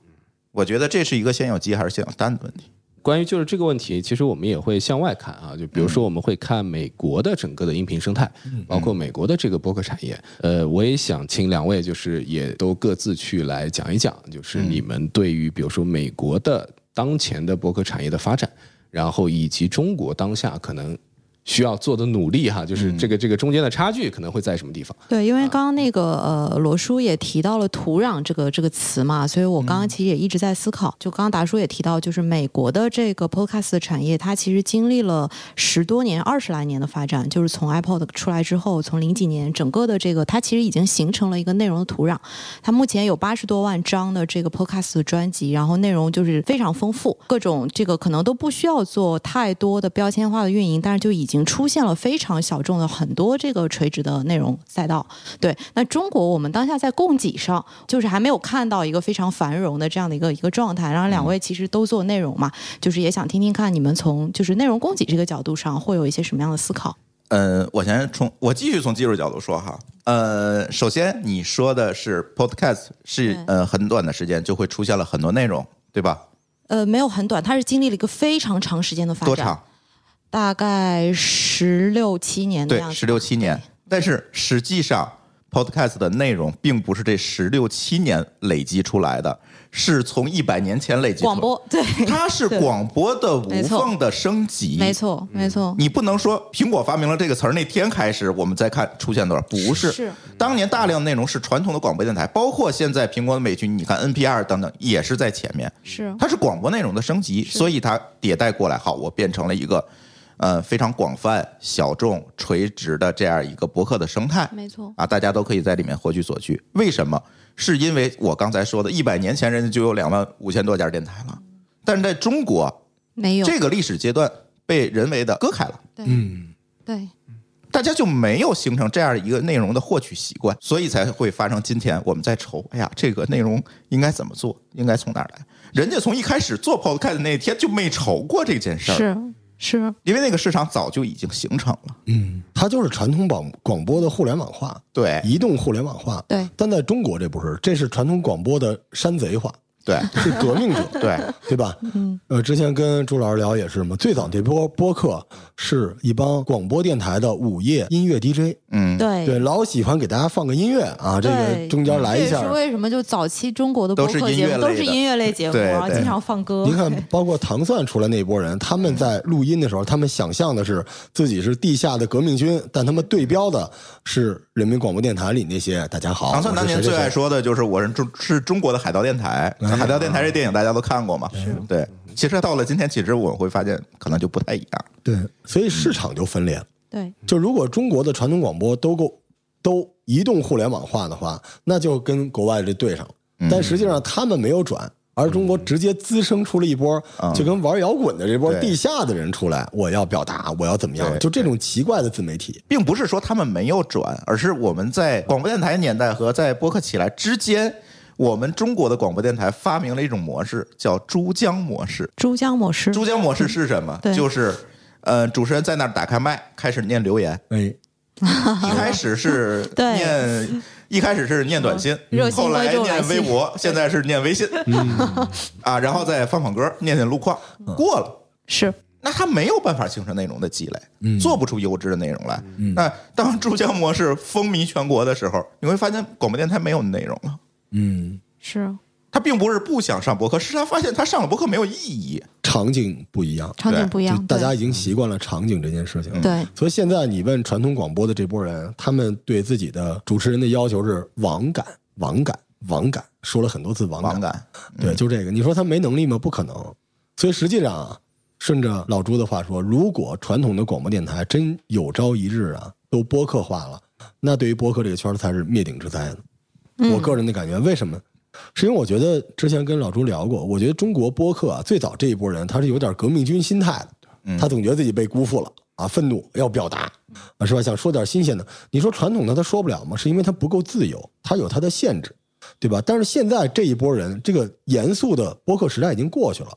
S2: 我觉得这是一个先有鸡还是先有蛋的问题。
S3: 关于就是这个问题，其实我们也会向外看啊，就比
S5: 嗯
S3: 如说我们会看美国的整个的音频生态，包括美国的这个播客产业。呃，我也想请两位就是也都各自去来讲一讲，就是你们对于比如说美国的当前的播客产业的发展，然后以及中国当下可能需要做的努力哈，就是
S5: 嗯
S3: 这个这个中间的差距可能会在什么地方？
S4: 对，因为
S2: 啊
S4: 刚刚那个呃罗叔也提到了“土壤”这个这个词嘛，所以我
S1: 嗯
S4: 刚刚其实也一直在思考。就刚刚达叔也提到，就是美国的这个 podcast 产业，它其实经历了十多年、二十来年的发展。就是从 iPod 出来之后，从零几年整个的这个，它其实已经形成了一个内容的土壤。它目前有八十多万张的这个 podcast 专辑，然后内容就是非常丰富，各种这个可能都不需要做太多的标签化的运营，但是就已经出现了非常小众的很多这个垂直的内容赛道。对，那中国我们当下在供给上，就是还没有看到一个非常繁荣的这样的一个一个状态。然后两
S2: 嗯
S4: 位其实都做内容嘛，就是也想听听看你们从就是内容供给这个角度上会有一些什么样的思考。
S2: 呃，我先从我继续从技术角度说哈。呃，首先你说的是 podcast 是
S4: 对
S2: 呃很短的时间就会出现了很多内容，对吧？
S4: 呃，没有很短，它是经历了一个非常长时间的发
S2: 多
S4: 展，
S2: 长？
S4: 大概十六七年的
S2: 对
S4: 样，子。
S2: 十六七年。但是实际上 Podcast 的内容并不是这十六七年累积出来的，是从一百年前累积出来
S4: 广
S2: 的。
S4: 播对，
S2: 它是广播的
S4: 没
S2: 无
S4: 错
S2: 缝的升级，
S4: 没错没错，
S2: 嗯你不能说苹果发明了这个词儿那天开始，我们再看出现多少，不是。
S4: 是
S2: 当年大量内容是传统的广播电台，包括现在苹果的美剧，你看 NPR 等等，也是在前面。
S4: 是
S2: 它是广播内容的升级，所以它迭代过来，好，我变成了一个呃非常广泛、小众、垂直的这样一个博客的生态。
S4: 没错，
S2: 啊，大家都可以在里面获取所需。为什么？是因为我刚才说的，一百年前人家就有两万五千多家电台了，但是在中国
S4: 没有
S2: 这个历史阶段被人为的割开了。
S4: 对
S1: 嗯，
S4: 对
S2: 大家就没有形成这样一个内容的获取习惯，所以才会发生今天我们在愁，哎呀，这个内容应该怎么做，应该从哪儿来？人家从一开始做 podcast 的那一天就没愁过这件事儿，嗯
S4: 是是
S2: 因为那个市场早就已经形成了。
S1: 嗯，它就是传统广广播的互联网化，
S2: 对
S1: 移动互联网化。
S4: 对
S1: 但在中国这不是，这是传统广播的山贼 化，
S2: 对
S1: 是革命者，
S2: 对，
S1: 对吧？嗯，呃，之前跟朱老师聊也是嘛，最早这波播客是一帮广播电台的午夜音乐 DJ，
S2: 嗯，
S4: 对
S1: 对，老喜欢给大家放个音乐啊，这个
S4: 哎对
S1: 中间来
S4: 这
S1: 一
S4: 也
S1: 下
S4: 是。为什么就早期中国的播
S2: 都是
S4: 客
S2: 音
S4: 节
S2: 乐
S4: 目都
S2: 类
S4: 是
S2: 的
S4: 音乐类节目，
S2: 对
S4: 然后
S2: 对
S4: 经常放歌。
S1: 您看，包括糖蒜出来那波人，他们在录音的时候，他们想象的是自己是地下的革命军，但他们对标的是人民广播电台里那些大家好。
S2: 唐三当年最爱
S1: 说。
S2: 说的就是我是中是中国的海盗电台，海盗电台这电影大家都看过嘛？对，其实到了今天，其实我们会发现可能就不太一样。
S1: 对，所以市场就分裂了。
S4: 对
S1: 就如果中国的传统广播都够都移动互联网化的话，那就跟国外这对上了。但实际上他们没有转，而中国直接滋生出了一波，就跟玩摇滚的这波
S2: 对
S1: 地下的人出来，我要表达，我要怎么样，
S2: 对
S1: 就这种奇怪的自媒体。
S2: 并不是说他们没有转，而是我们在广播电台年代和在播客起来之间，我们中国的广播电台发明了一种模式，叫珠江模式。
S4: 珠江模式，
S2: 珠江模式是什么？
S4: 对
S2: 就是呃，主持人在那儿打开麦，开始念留 言。
S1: 哎，
S2: 一开始是
S4: 啊对嗯
S2: 念，一开始是念短信，
S4: 热心
S2: 后来
S4: 观众来
S2: 念
S4: 信
S2: 微博，现在是念微 信，
S4: 嗯
S2: 啊，然后再放放歌，念念路况，过了。
S4: 是
S2: 那他没有办法形成内容的积累，
S1: 嗯
S2: 做不出优质的内容来。那当珠江模式风靡全国的时候，你会发现广播电台没有内容了。
S1: 嗯，
S4: 是
S2: 他并不是不想上博客，是他发现他上了博客没有意义。
S1: 场景不一样，
S4: 场景
S2: 对
S4: 不一
S1: 就
S4: 样，
S1: 大家
S4: 对
S1: 已经习惯了场景这件事情。
S4: 对
S1: 所以现在你问传统广播的这波人，他们对自己的主持人的要求是网感、网感、网感，说了很多次网感
S2: 网。感，
S1: 对，就这个。你说他没能力吗？不可能。所以实际上啊，顺着老朱的话说，如果传统的广播电台真有朝一日啊都播客化了，那对于播客这个圈儿才是灭顶之灾呢。我个人的感觉，为什么？是因为我觉得之前跟老朱聊过，我觉得中国播客啊，最早这一波人他是有点革命军心态的，他总觉得自己被辜负了啊，愤怒要表达啊，是吧？想说点新鲜的。你说传统的他说不了吗？是因为他不够自由，他有他的限制，对吧？但是现在这一波人，这个严肃的播客时代已经过去了。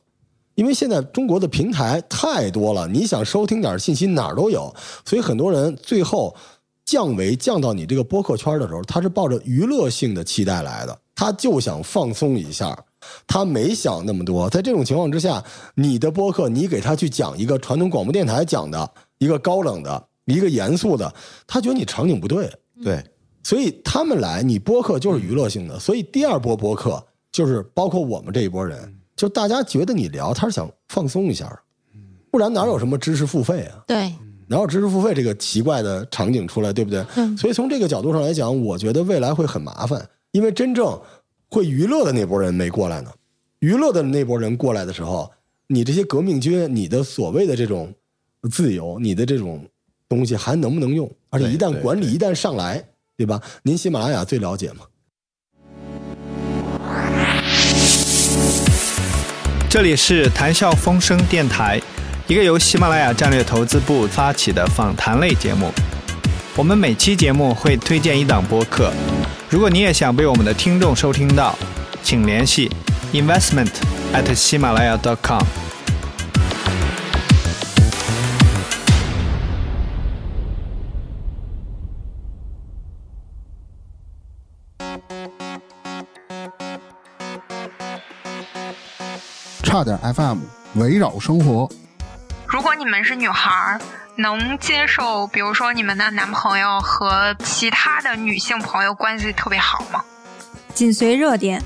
S1: 因为现在中国的平台太多了，你想收听点信息哪儿都有，所以很多人最后降维降到你这个播客圈的时候，他是抱着娱乐性的期待来的，他就想放松一下，他没想那么多。在这种情况之下，你的播客你给他去讲一个传统广播电台讲的一个高冷的、一个严肃的，他觉得你场景不对，
S2: 对，
S1: 所以他们来，你播客就是娱乐性的。所以第二波播客就是包括我们这一波人，就大家觉得你聊，他是想放松一下，不然哪有什么知识付费啊？
S4: 对
S2: 嗯
S1: 哪有知识付费这个奇怪的场景出来，对不对？
S4: 嗯
S1: 所以从这个角度上来讲，我觉得未来会很麻烦，因为真正会娱乐的那波人没过来呢。娱乐的那波人过来的时候，你这些革命军，你的所谓的这种自由，你的这种东西还能不能用？而且一旦
S2: 对
S1: 管理
S2: 对
S1: 一旦上来，对吧？您喜马拉雅最了解嘛？
S6: 这里是谈笑风生电台，一个由喜马拉雅战略投资部发起的访谈类节目。我们每期节目会推荐一档播客，如果你也想被我们的听众收听到，请联系 investment at 喜马拉雅 .com。
S7: 差点 FM 围绕生活。
S8: 如果你们是女孩儿，
S7: 能接受，比如说你们的男朋友和其他的女性朋友关系特别好吗？
S8: 紧随热点，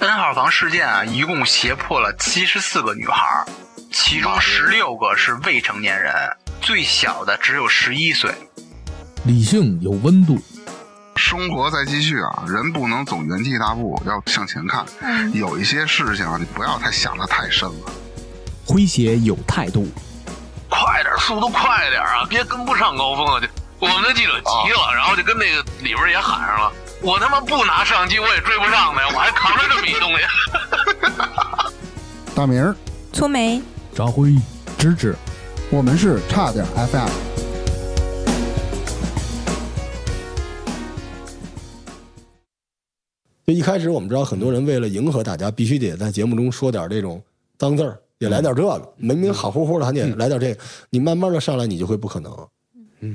S9: n 号房事件啊，一共胁迫了七十四个女孩儿，其中十六个是未成年人，最小的只有十一岁。
S5: 理性有温度，
S10: 生活在继续啊，人不能总原地踏步，要向前看。
S7: 嗯，
S10: 有一些事情啊，你不要太想得太深了。
S5: 诙谐有态度，
S9: 快点，速度快点啊！别跟不上高峰啊！我们的记者急了，然后就跟那个里边也喊上了：“我他妈不拿相机我也追不上的呀，我还扛着这么一东西。
S11: 大明儿，
S8: 粗眉，
S5: 张辉，芝芝，
S11: 我们是差点 FM。
S1: 就一开始我们知道很多人为了迎合大家，必须得在节目中说点这种脏字儿，也来点这个。明明好乎乎的，还得来点这个。你慢慢的上来，你就会不可能。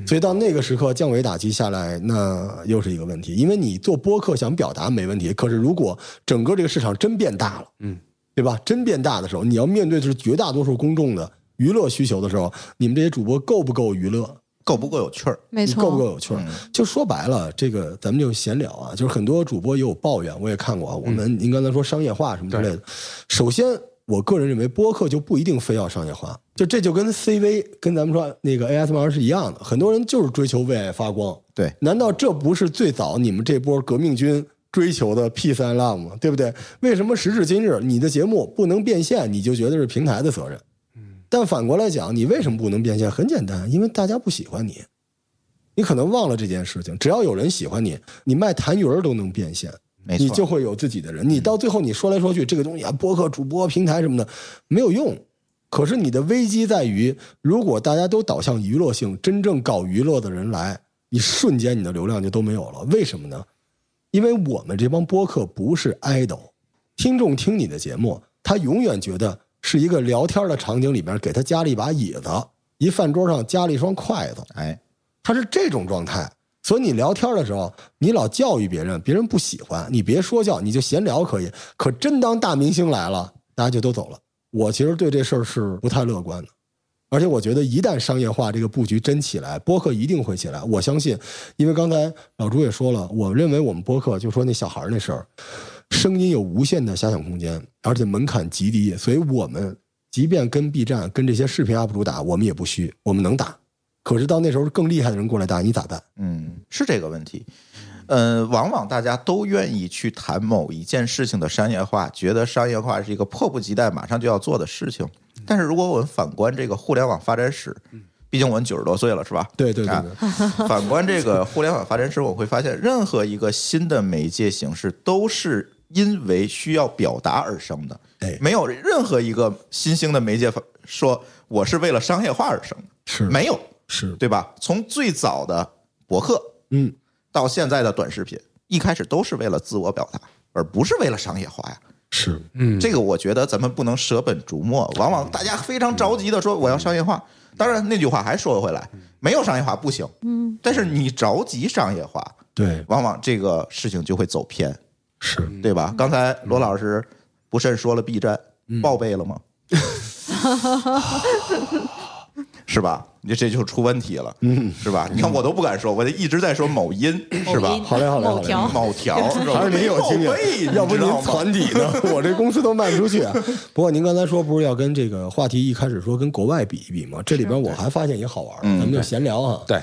S1: 所以到那个时刻降维打击下来，那又是一个问题。因为你做播客想表达没问题，可是如果整个这个市场真变大了，
S3: 嗯，
S1: 对吧？真变大的时候，你要面对的是绝大多数公众的娱乐需求的时候，你们这些主播够不够娱乐？
S2: 够不够有趣儿？
S4: 没
S1: 你
S4: 错，
S1: 够不够有趣儿？就说白了，这个咱们就闲聊啊，就是很多主播也有抱怨，我也看过啊。我们您刚才说商业化什么之类的，首先我个人认为播客就不一定非要商业化，就这就跟 CV 跟咱们说那个 ASMR 是一样的，很多人就是追求为爱发光。
S2: 对，
S1: 难道这不是最早你们这波革命军追求的 peace and love 吗？对不对？为什么时至今日你的节目不能变现，你就觉得是平台的责任？但反过来讲，你为什么不能变现？很简单，因为大家不喜欢你。你可能忘了这件事情，只要有人喜欢你，你卖痰盂儿都能变现，
S2: 没错，嗯
S1: 你就会有自己的人。你到最后你说来说去，这个东西啊，播客、主播、平台什么的没有用。可是你的危机在于，如果大家都导向娱乐性，真正搞娱乐的人来，你瞬间你的流量就都没有了。为什么呢？因为我们这帮播客不是 idol，听众听你的节目，他永远觉得是一个聊天的场景里面给他加了一把椅子，一饭桌上加了一双筷子，
S2: 哎，
S1: 他是这种状态。所以你聊天的时候，你老教育别人，别人不喜欢，你别说教，你就闲聊可以。可真当大明星来了，大家就都走了。我其实对这事儿是不太乐观的，而且我觉得一旦商业化这个布局真起来，播客一定会起来。我相信，因为刚才老朱也说了，我认为我们播客就说那小孩儿那事儿，声音有无限的遐想空间，而且门槛极低，所以我们即便跟 B 站、跟这些视频 UP 主打，我们也不虚，我们能打。可是到那时候更厉害的人过来打，你咋办？
S2: 嗯，是这个问题。呃，往往大家都愿意去谈某一件事情的商业化，觉得商业化是一个迫不及待、马上就要做的事情。
S1: 嗯
S2: 但是如果我们反观这个互联网发展史，毕竟我们九十多岁了，是吧？
S1: 对对对
S2: 啊
S1: 对，
S2: 反观这个互联网发展史，我会发现，任何一个新的媒介形式都是因为需要表达而生的
S1: 哎，
S2: 没有任何一个新兴的媒介发说我是为了商业化而生的，
S1: 是
S2: 没有，
S1: 是，
S2: 对吧？从最早的博客
S1: 嗯，
S2: 到现在的短视频，一开始都是为了自我表达，而不是为了商业化呀。
S1: 是
S3: 嗯，
S2: 这个我觉得咱们不能舍本逐末。往往大家非常着急的说我要商业化，
S1: 嗯
S2: 当然那句话还说回来，没有商业化不行。
S4: 嗯，
S2: 但是你着急商业化，
S1: 对，
S2: 往往这个事情就会走偏，
S1: 是
S2: 对吧？刚才罗老师不慎说了 B 站
S1: 嗯
S2: 报备 了吗？是吧？你这就出问题了，嗯，是吧？你看我都不敢说，我就一直在说某音，是吧？
S1: 好嘞好嘞好嘞
S4: 嗯某条
S2: 某条，是吧
S1: 还是您有经
S2: 报备
S1: 验，要不您
S2: 你知道吗
S1: 攒底呢？我这公司都卖不出去啊。 不过您刚才说不是要跟这个话题一开始说跟国外比一比吗？这里边我还发现一个好玩儿，
S2: 嗯
S1: 咱们就闲聊啊。
S3: 对，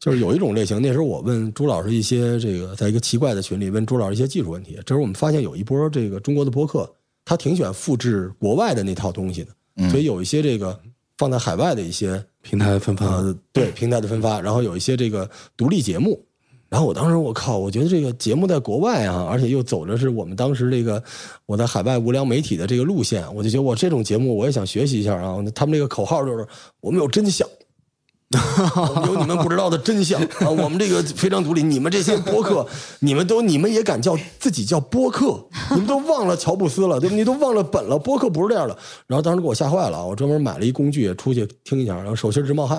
S1: 就是有一种类型，那时候我问朱老师一些这个，在一个奇怪的群里问朱老师一些技术问题。这时候我们发现有一波这个中国的播客，他挺喜欢复制国外的那套东西的，所以有一些这个放在海外的一些
S3: 平台分发，
S1: 呃，对平台的分发，然后有一些这个独立节目。然后我当时我靠，我觉得这个节目在国外啊，而且又走的是我们当时这个我在海外无良媒体的这个路线，我就觉得我这种节目我也想学习一下啊。他们这个口号就是我们有真相。我 们有你们不知道的真相啊！我们这个非常独立，你们这些播客， 你们都你们也敢叫自己叫播客？ 你们都忘了乔布斯了，对不对？你都忘了本了，播客不是这样的。然后当时给我吓坏了啊，我专门买了一工具出去听一下，然后手心直冒汗。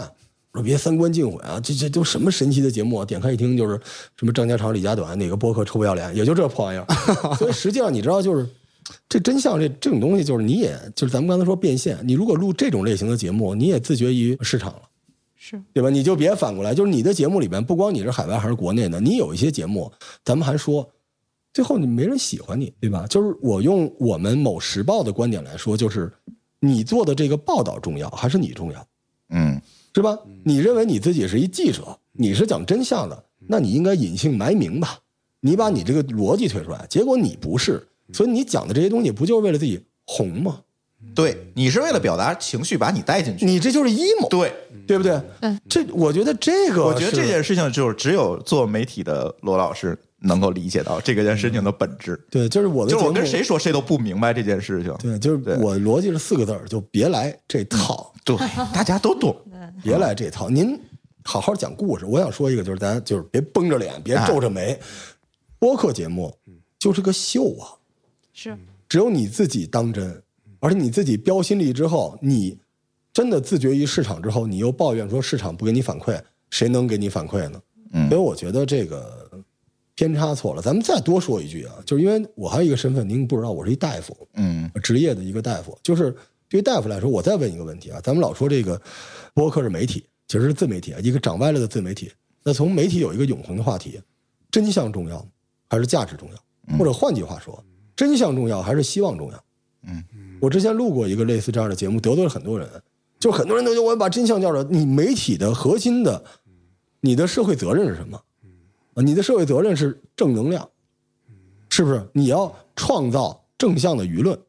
S1: 我说别三观尽毁啊！这这都什么神奇的节目啊？点开一听就是什么张家长、李家短，哪个播客臭不要脸，也就这破玩意儿。所以实际上你知道，就是这真相这这种东西，就是你也就是咱们刚才说变现，你如果录这种类型的节目，你也自绝于市场了。
S4: 是
S1: 对吧？你就别反过来，就是你的节目里面，不光你是海外还是国内的，你有一些节目，咱们还说，最后你没人喜欢你，对吧？就是我用我们某时报的观点来说，就是你做的这个报道重要还是你重要？
S2: 嗯，
S1: 是吧？你认为你自己是一记者，你是讲真相的，
S2: 嗯
S1: 那你应该隐姓埋名吧？你把你这个逻辑推出来，结果你不是，
S2: 嗯
S1: 所以你讲的这些东西不就是为了自己红吗？
S2: 对，你是为了表达情绪，把你带进去，
S1: 你这就是 emo，
S2: 对
S1: 对不对？
S4: 嗯，
S1: 这我觉得这个，
S2: 我觉得这件事情就是只有做媒体的罗老师能够理解到这个件事情的本质。
S1: 对，就是我的，
S2: 就是我跟谁说谁都不明白这件事情。
S1: 对，就是我逻辑是四个字儿，就别来这套。
S2: 对，大家都 懂，
S1: 别来这套。您好好讲故事。我想说一个，就是大家就是别绷着脸，别皱着眉。播客节目就是个秀啊，
S4: 是
S2: 嗯
S1: 只有你自己当真，而且你自己标新立异之后，你真的自觉于市场之后，你又抱怨说市场不给你反馈，谁能给你反馈呢？
S2: 嗯
S1: 所以我觉得这个偏差错了。咱们再多说一句啊，就是因为我还有一个身份，您不知道，我是一大夫，
S2: 嗯，
S1: 呃职业的一个大夫。就是对于大夫来说，我再问一个问题啊，咱们老说这个播客是媒体，其实是自媒体啊，一个长歪了的自媒体。那从媒体有一个永恒的话题：真相重要还是价值重要？或者换句话说，真相重要还是希望重要？
S2: 嗯，
S1: 我之前录过一个类似这样的节目，得罪了很多人，就很多人都觉得我要把真相叫出来。你媒体的核心的，你的社会责任是什么？啊，你的社会责任是正能量，是不是？你要创造正向的舆论，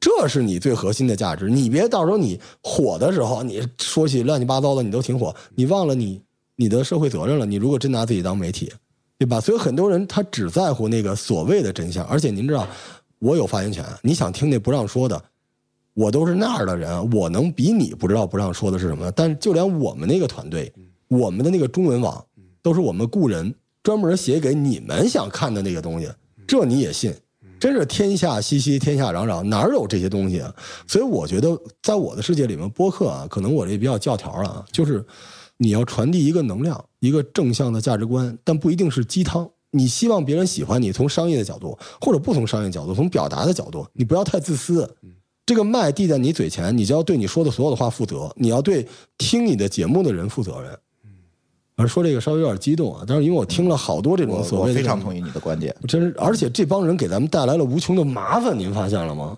S1: 这是你最核心的价值。你别到时候你火的时候，你说起乱七八糟的，你都挺火，你忘了你你的社会责任了。你如果真拿自己当媒体，对吧？ 所以很多人他只在乎那个所谓的真相，而且您知道，我有发言权，你想听那不让说的。我都是那样的人，我能比你不知道不让说的是什么？但是就连我们那个团队，我们的那个中文网，都是我们雇人专门写给你们想看的那个东西，这你也信？真是天下熙熙，天下攘攘，哪有这些东西啊？所以我觉得，在我的世界里面，播客啊，可能我这比较教条了啊，就是你要传递一个能量，一个正向的价值观，但不一定是鸡汤。你希望别人喜欢你，从商业的角度，或者不从商业角度，从表达的角度，你不要太自私。
S2: 嗯
S1: 这个麦递在你嘴前，你就要对你说的所有的话负责，你要对听你的节目的人负责任。
S2: 嗯
S1: 而说这个稍微有点激动啊，但是因为我听了好多这种
S2: 我
S1: 所
S2: 我
S1: 谓的
S2: 非
S1: 这种
S2: 常同意你的观点。
S1: 真是，而且这帮人给咱们带来了无穷的麻烦，您发现了吗？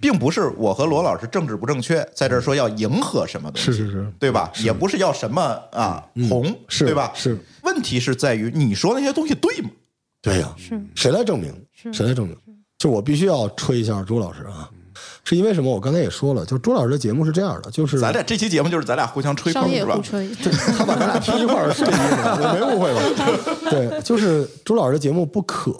S2: 并不是我和罗老师政治不正确，在这儿说要迎合什么东西，
S1: 是是嗯
S2: 对吧？也不是要什么啊红，
S1: 是
S2: 对吧？
S1: 是。
S2: 问题是在于你说那些东西对吗？
S1: 对呀、
S4: 是
S1: 谁来证明？谁来证明？就我必须要吹一下朱老师啊，是因为什么？我刚才也说了，就朱老师的节目是这样的，就是
S2: 咱俩这期节目就是咱俩互相吹
S4: 商
S2: 捧
S4: 业
S2: 是吧
S4: 互？吹，
S1: 他把咱俩拼一块儿是一个人，我没误会吧？对，就是朱老师的节目不可，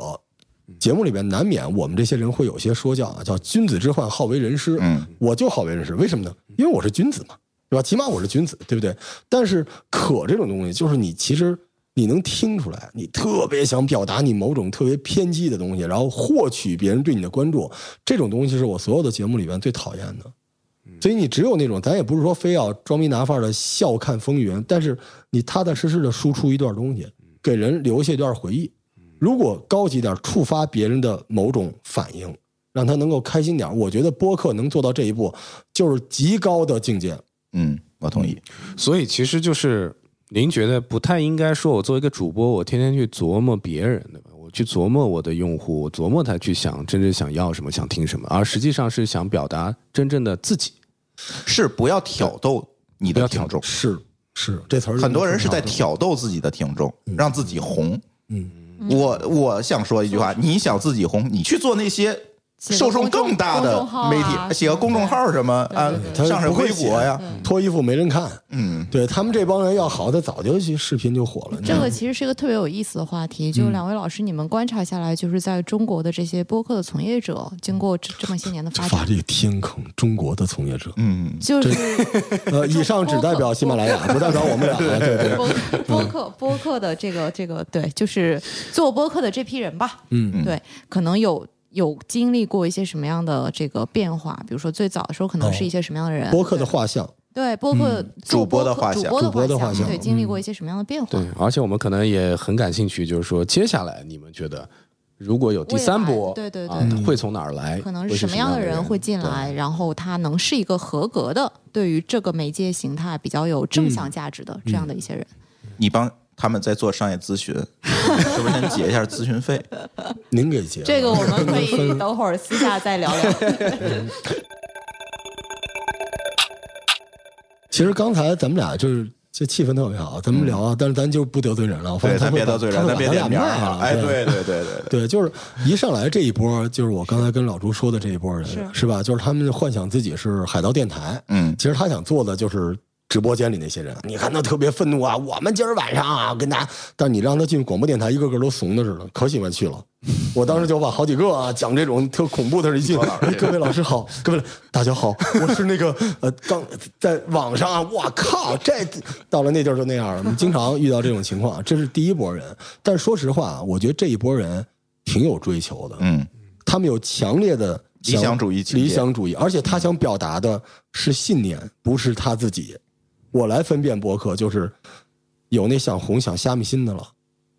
S1: 节目里边难免我们这些人会有些说教啊，叫君子之患好为人师。
S2: 嗯，
S1: 我就好为人师，为什么呢？因为我是君子嘛，对吧？起码我是君子，对不对？但是可这种东西，就是你其实你能听出来，你特别想表达你某种特别偏激的东西，然后获取别人对你的关注，这种东西是我所有的节目里边最讨厌的。所以你只有那种，咱也不是说非要装逼拿范儿的笑看风云，但是你踏踏实实的输出一段东西，给人留下一段回忆。
S2: 嗯
S1: 如果高级点，触发别人的某种反应，让他能够开心点，我觉得播客能做到这一步，就是极高的境界。
S2: 嗯，我同意。
S3: 所以其实就是您觉得不太应该说，我作为一个主播，我天天去琢磨别人，对吧？我去琢磨我的用户，我琢磨他去想真正想要什么，想听什么，而实际上是想表达真正的自己。
S2: 是不要挑逗你的听众，
S1: 是是，这词儿
S2: 很多人是在挑逗自己的听众，让自己红。
S1: 嗯，
S2: 我我想说一句话，你想自己红，你去做那些。
S4: 写个
S2: 受众
S4: 公众
S2: 更大的
S4: 公众号啊
S2: 媒
S4: 什么
S2: 体，
S4: 的
S2: 写个公众号什么啊
S4: 对对，
S1: 他
S2: 上上
S1: 不会
S2: 微博呀，
S1: 写，脱衣服没人看。
S2: 嗯，
S1: 对他们这帮人要好，他早就去视频就火了。你知
S4: 这
S1: 道吗
S4: 个其实是一个特别有意思的话题，
S1: 嗯
S4: 就两位老师，你们观察下来，就是在中国的这些播客的从业者，经过这这么些年 的发
S1: 发
S4: 展，
S1: 这个天坑，中国的从业者。
S2: 嗯，
S4: 就是
S1: 呃，以上只代表喜马拉雅，不代表我们俩。啊对对 对，
S4: 播 播客播客的这个这个对，就是做播客的这批人吧，
S1: 嗯，
S4: 对，可能有有经历过一些什么样的这个变化，比如说最早的时候可能是一些什么样的人，
S1: 哦播客的画像，
S4: 对播客做
S2: 主播的
S4: 客
S2: 画
S4: 主
S2: 像
S4: 播的
S1: 主播的嗯
S4: 画
S1: 画像
S4: 对，经历过一些什么样的变化
S3: 对，，而且我们可能也很感兴趣，就是说接下来你们觉得如果有第三波，
S4: 未来对对对
S3: 啊会从哪儿来？
S4: 可能
S3: 会
S4: 是
S3: 是
S4: 什么样
S3: 样
S4: 的人
S3: 人
S4: 哎会进
S3: 对
S4: 来，然后他能是一个合格的，对于这个媒介形态比较有正
S2: 嗯
S4: 向价值的、这样的一些人。
S2: 你帮他们在做商业咨询，是不是先结一下咨询费？
S1: 您给结
S4: 这个我们 可以等会儿私下再聊聊。
S1: 其实刚才咱们俩就是这气氛特别好，咱们聊啊，但是咱就不得罪人了。我发现
S2: 嗯对，咱别得罪人，咱别点
S1: 点
S2: 名儿
S1: 了
S2: 啊。。哎，
S1: 对
S2: 对对对对
S1: 对，就是一上来这一波，就是我刚才跟老朱说的这一波人，
S2: 是
S1: 是吧？就是他们幻想自己是海盗电台，
S2: 嗯，
S1: 其实他想做的就是直播间里那些人。你看他特别愤怒啊，我们今儿晚上啊跟大家，但你让他进广播电台，一个个都怂的似的，可喜欢去了。我当时就把好几个啊讲这种特恐怖的事一进来，哎各位老师好，各位大家好，我是那个呃刚在网上啊，我靠，这到了那地儿就那样了。我们经常遇到这种情况，这是第一波人。但是说实话，啊我觉得这一波人挺有追求的，
S2: 嗯，
S1: 他们有强烈的
S2: 理想主义情节
S1: 理想主义，而且他想表达的是信念，不是他自己。我来分辨博客，就是有那想红、想虾米心的了，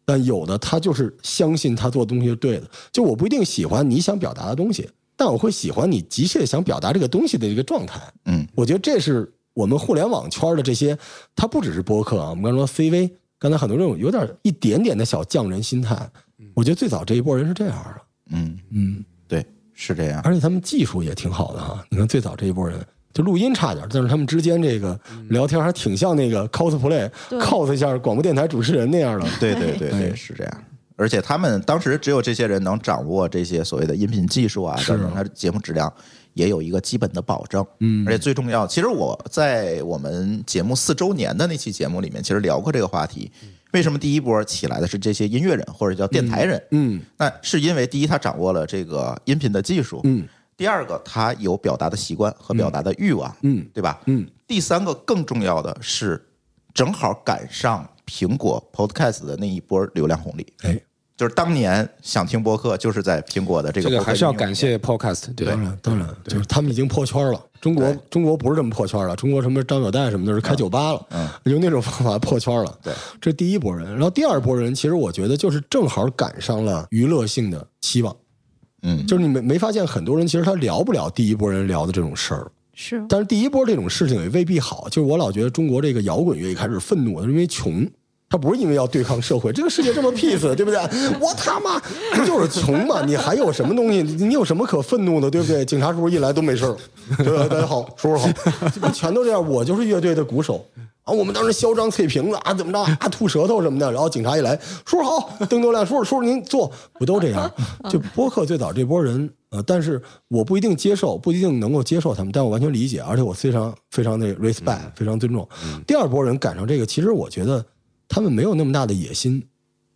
S1: 但有的他就是相信他做的东西是对的。就我不一定喜欢你想表达的东西，但我会喜欢你急切想表达这个东西的一个状态。
S2: 嗯，
S1: 我觉得这是我们互联网圈的这些，它不只是播客啊，我们刚说 CV，刚才很多这种有点一点点的小匠人心态。我觉得最早这一波人是这样的，
S2: 嗯
S1: 嗯，
S2: 对，是这样。
S1: 而且他们技术也挺好的哈。你看最早这一波人，就录音差点，但是他们之间这个
S2: 嗯
S1: 聊天还挺像那个 cosplay
S2: 对
S1: cos 一下广播电台主持人那样的。
S2: 对对对
S1: 哎
S2: 对，是这样。而且他们当时只有这些人能掌握这些所谓的音频技术啊，
S1: 是
S2: 等等，他节目质量也有一个基本的保证。
S1: 嗯
S2: 而且最重要，其实我在我们节目四周年的那期节目里面，其实聊过这个话题。为什么第一波起来的是这些音乐人或者叫电台人？
S1: 嗯，
S2: 那是因为第一，他掌握了这个音频的技术；
S1: 嗯，
S2: 第二个，他有表达的习惯和表达的欲望，
S1: 嗯，
S2: 对吧？
S1: 嗯，
S2: 第三个更重要的是，正好赶上苹果 Podcast 的那一波流量红利。
S1: 哎，
S2: 就是当年想听播客，就是在苹果的这个
S3: 这
S2: 播
S3: 个
S2: 客
S3: 还是要
S2: 应用
S3: 感谢 Podcast，对
S1: 当然当然，就是他们已经破圈了。中国中国不是这么破圈了，中国什么张小蛋什么的是开酒吧了，用那种方法破圈了。
S2: 嗯对，
S1: 这第一波人，然后第二波人，其实我觉得就是正好赶上了娱乐性的期望。
S2: 嗯，
S1: 就是你没没发现很多人其实他聊不了第一波人聊的这种事儿，
S4: 是，
S1: 但是第一波这种事情也未必好。就是我老觉得中国这个摇滚乐一开始愤怒，是因为穷。他不是因为要对抗社会，这个世界这么 peace，对不对？ 我他妈不就是穷嘛？你还有什么东西？你有什么可愤怒的，对不对？警察叔叔一来都没事儿，对吧？大家好，叔叔好， 这不全都这样？我就是乐队的鼓手啊！我们当时嚣张脆瓶子啊，怎么着啊，吐舌头什么的。然后警察一来，叔叔好，灯多亮，叔叔叔叔您坐，不都这样？就播客最早这波人呃，但是我不一定接受，不一定能够接受他们，但我完全理解，而且我非常非常的 respect，、非常尊重。第二波人赶上这个，其实我觉得他们没有那么大的野心，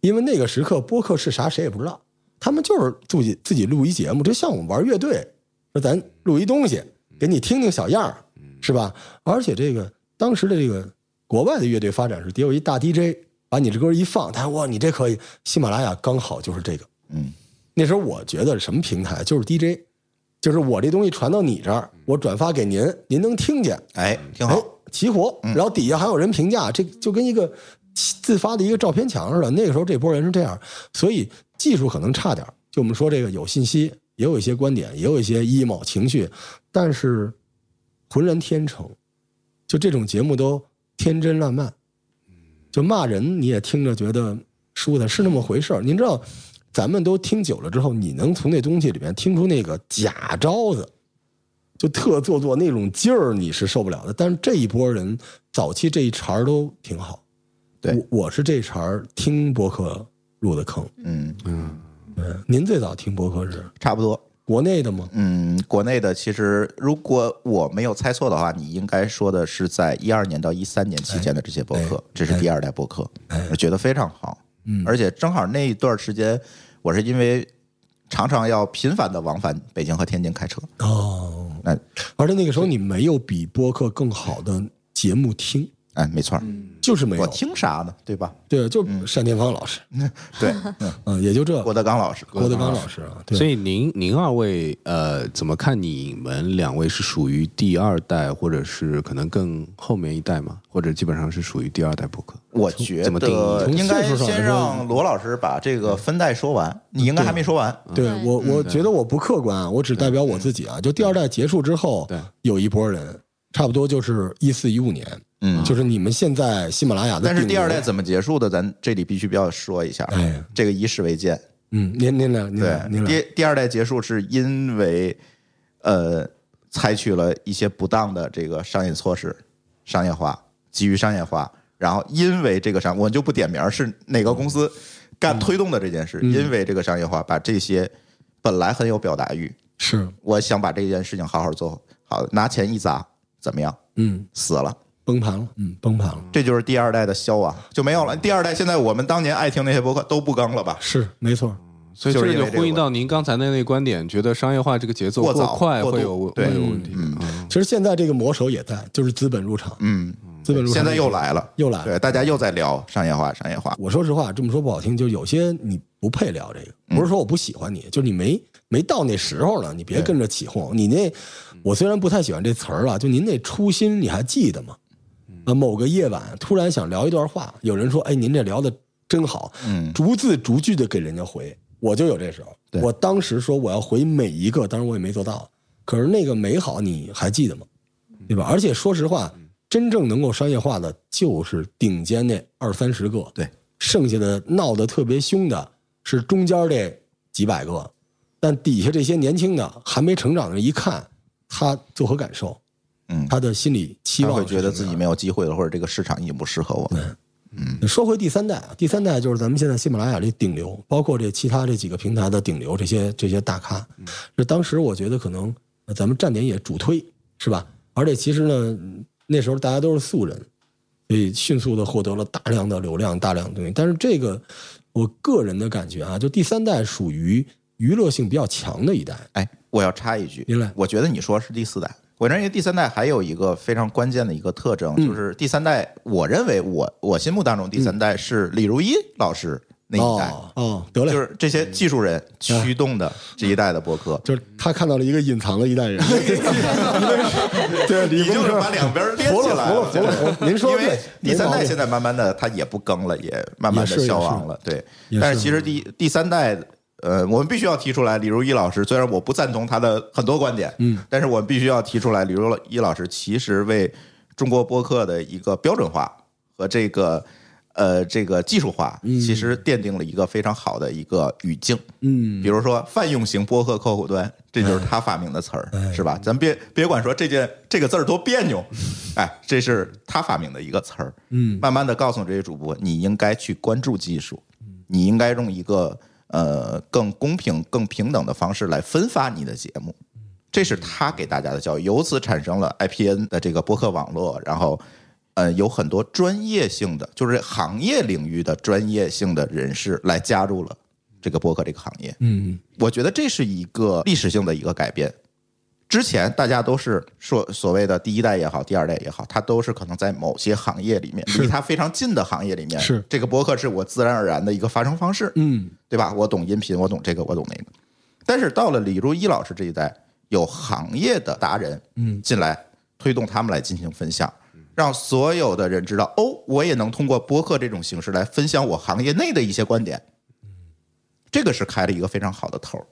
S1: 因为那个时刻播客是啥谁也不知道，他们就是自己自己录一节目，就像我们玩乐队，说咱录一东西给你听听小样儿，是吧？而且这个当时的这个国外的乐队发展是，得有一大 DJ 把你这歌一放，他说哇你这可以，喜马拉雅刚好就是这个，
S2: 嗯，
S1: 那时候我觉得什么平台就是 DJ，就是我这东西传到你这儿，我转发给您，您能听见，
S2: 哎，挺好。嗯
S1: 齐活，然后底下还有人评价，这就跟一个自发的一个照片墙似的。那个时候这波人是这样，所以技术可能差点儿。就我们说这个有信息，也有一些观点，也有一些 emo 情绪，但是浑然天成，就这种节目都天真烂漫，
S2: 嗯
S1: 就骂人你也听着觉得舒坦，是那么回事儿。您知道，咱们都听久了之后，你能从那东西里面听出那个假招子。就特做作那种劲儿，你是受不了的。但是这一波人，早期这一茬儿都挺好。
S2: 对
S1: 我，我是这茬儿听播客入的坑。
S2: 嗯
S1: 嗯，您最早听播客是
S2: 差不多。
S1: 国内的吗？
S2: 嗯，国内的其实，如果我没有猜错的话，你应该说的是在一二年到一三年期间的这些播客，
S1: 哎
S2: 这是第二代播客，我觉得非常好。
S1: 嗯
S2: 而且正好那一段时间，我是因为常常要频繁的往返北京和天津开车，
S1: 哦，
S2: 那
S1: 而且那个时候你没有比播客更好的节目听。
S2: 哎，没错，
S1: 就是没有。
S2: 我听啥呢？对吧？
S1: 对，就单田芳老师，
S2: 对，
S1: 嗯，也就这。
S2: 郭德纲老师，
S1: 郭德纲老师啊，对
S3: 所以您您二位呃，怎么看你们两位是属于第二代，或者是可能更后面一代吗？或者基本上是属于第二代播客？
S2: 我觉
S3: 怎么定
S2: 得
S3: 义？
S2: 应该
S1: 从岁数上来
S2: 先
S1: 说
S2: 让罗老师把这个分代说完，你应该还没说完。
S1: 对我，
S2: 嗯
S1: 我觉得我不客观啊，我只代表我自己啊。就第二代结束之后，有一波人，差不多就是一四一五年，啊
S2: 嗯
S1: 就是你们现在喜马拉雅的。
S2: 但是第二代怎么结束的，咱这里必须要说一下，
S1: 哎
S2: 这个以史为鉴。
S1: 嗯，您您来，您
S2: 对
S1: 来，您，来。
S2: 第第二代结束是因为呃，采取了一些不当的这个商业措施，商业化，基于商业化，然后因为这个商，我就不点名儿是哪个公司干推动的这件事，
S1: 嗯
S2: 因为这个商业化，把这些本来很有表达欲，
S1: 是，
S2: 我想把这件事情好好做好，拿钱一砸，怎么样？
S1: 嗯，
S2: 死了。
S1: 崩盘了，嗯，崩盘了，
S2: 这就是第二代的消亡，就没有了。第二代现在我们当年爱听那些博客都不更了吧？
S1: 是没错。
S3: 所以
S2: 就是
S3: 这
S2: 因为
S3: 就
S2: 这个
S3: 呼应到您刚才的那个观点，觉得商业化这个节奏
S2: 过
S3: 过
S2: 早
S3: 快
S2: 过
S3: 会
S2: 度
S3: 有会
S2: 对
S3: 有问题。
S2: 嗯
S1: 其实现在这个魔手也在，就是资本入场，
S2: 嗯，
S1: 资本入场
S2: 现在又来了，
S1: 又来了。
S2: 对，大家又在聊商业化，商业化。
S1: 我说实话，这么说不好听，就有些你不配聊这个，不是说我不喜欢你，就是你没没到那时候呢，你别跟着起哄。你那，我虽然不太喜欢这词儿啊，就您那初心你还记得吗？啊，某个夜晚突然想聊一段话，有人说：“哎，您这聊的真好。”
S2: 嗯
S1: 逐字逐句的给人家回，我就有这时候。
S2: 对
S1: 我当时说我要回每一个，当然我也没做到。可是那个美好你还记得吗？对
S2: 嗯
S1: 吧？而且说实话，真正能够商业化的就是顶尖那二三十个，
S2: 对，
S1: 剩下的闹得特别凶的是中间这几百个，但底下这些年轻的还没成长的，一看他作何感受？
S2: 嗯，
S1: 他的心理期
S2: 他
S1: 望
S2: 会
S1: 是
S2: 觉得
S1: 什
S2: 自
S1: 么
S2: 己
S1: 样嗯
S2: 没有机会了，或者这个市场已经不适合我们。
S1: 说回第三代啊，第三代就是咱们现在喜马拉雅这顶流，包括这其他这几个平台的顶流，这些这些大咖。这当时我觉得可能呃咱们站点也主推是吧？而且其实呢，嗯那时候大家都是素人，所以迅速的获得了大量的流量、大量的东西。但是这个我个人的感觉啊，就第三代属于娱乐性比较强的一代。
S2: 哎，我要插一句，
S1: 您来
S2: 我觉得你说是第四代，我认为第三代还有一个非常关键的一个特征，
S1: 嗯
S2: 就是第三代，我认为我我心目当中第三代是李如一老师那一代，
S1: 嗯哦嗯哦，得嘞，就
S2: 就
S1: 是
S2: 是这些技术人驱动的这一代的博客。
S1: 他看到了一个隐藏的一代人。 对，
S2: 你
S1: 李
S2: 就
S1: 工
S2: 是
S1: 科
S2: 把两边连
S1: 服
S2: 起
S1: 了
S2: 来
S1: 服嗯了服了服了您说
S2: 因
S1: 的
S2: 为
S1: 对
S2: 第三
S1: 没毛
S2: 代
S1: 病
S2: 现在慢慢的它也不更了，也慢慢
S1: 也
S2: 的
S1: 是也
S2: 消
S1: 是
S2: 亡了，对
S1: 也。是
S2: 但是其实第第三代，呃，我们必须要提出来，李如一老师，虽然我不赞同他的很多观点，
S1: 嗯，
S2: 但是我们必须要提出来，李如一老师其实为中国播客的一个标准化和这个呃这个技术化，其实奠定了一个非常好的一个语境。
S1: 嗯哎
S2: 比如说泛用型播客客户端，这就是他发明的词儿，是吧？咱别别管说这件这个字儿多别扭，哎，这是他发明的一个词儿。
S1: 嗯
S2: 慢慢的告诉这些主播，你应该去关注技术，你应该用一个呃更公平、更平等的方式来分发你的节目，这
S1: 嗯
S2: 是他给大家的教育，由此产生了 IPN 的这个播客网络，然后。呃，有很多专业性的，就是行业领域的专业性的人士来加入了这个播客这个行业。
S1: 嗯。
S2: 我觉得这是一个历史性的一个改变。之前大家都是说所谓的第一代也好，第二代也好，它都是可能在某些行业里面，
S1: 是
S2: 离它非常近的行业里面，
S1: 是
S2: 这个博客是我自然而然的一个发生方式，
S1: 嗯
S2: 对吧？我懂音频，我懂这个，我懂那个。但是到了李如一老师这一代，有行业的达人
S1: 嗯
S2: 进来，推动他们来进行分享，让所有的人知道，哦，我也能通过播客这种形式来分享我行业内的一些观点。这个是开了一个非常好的头儿。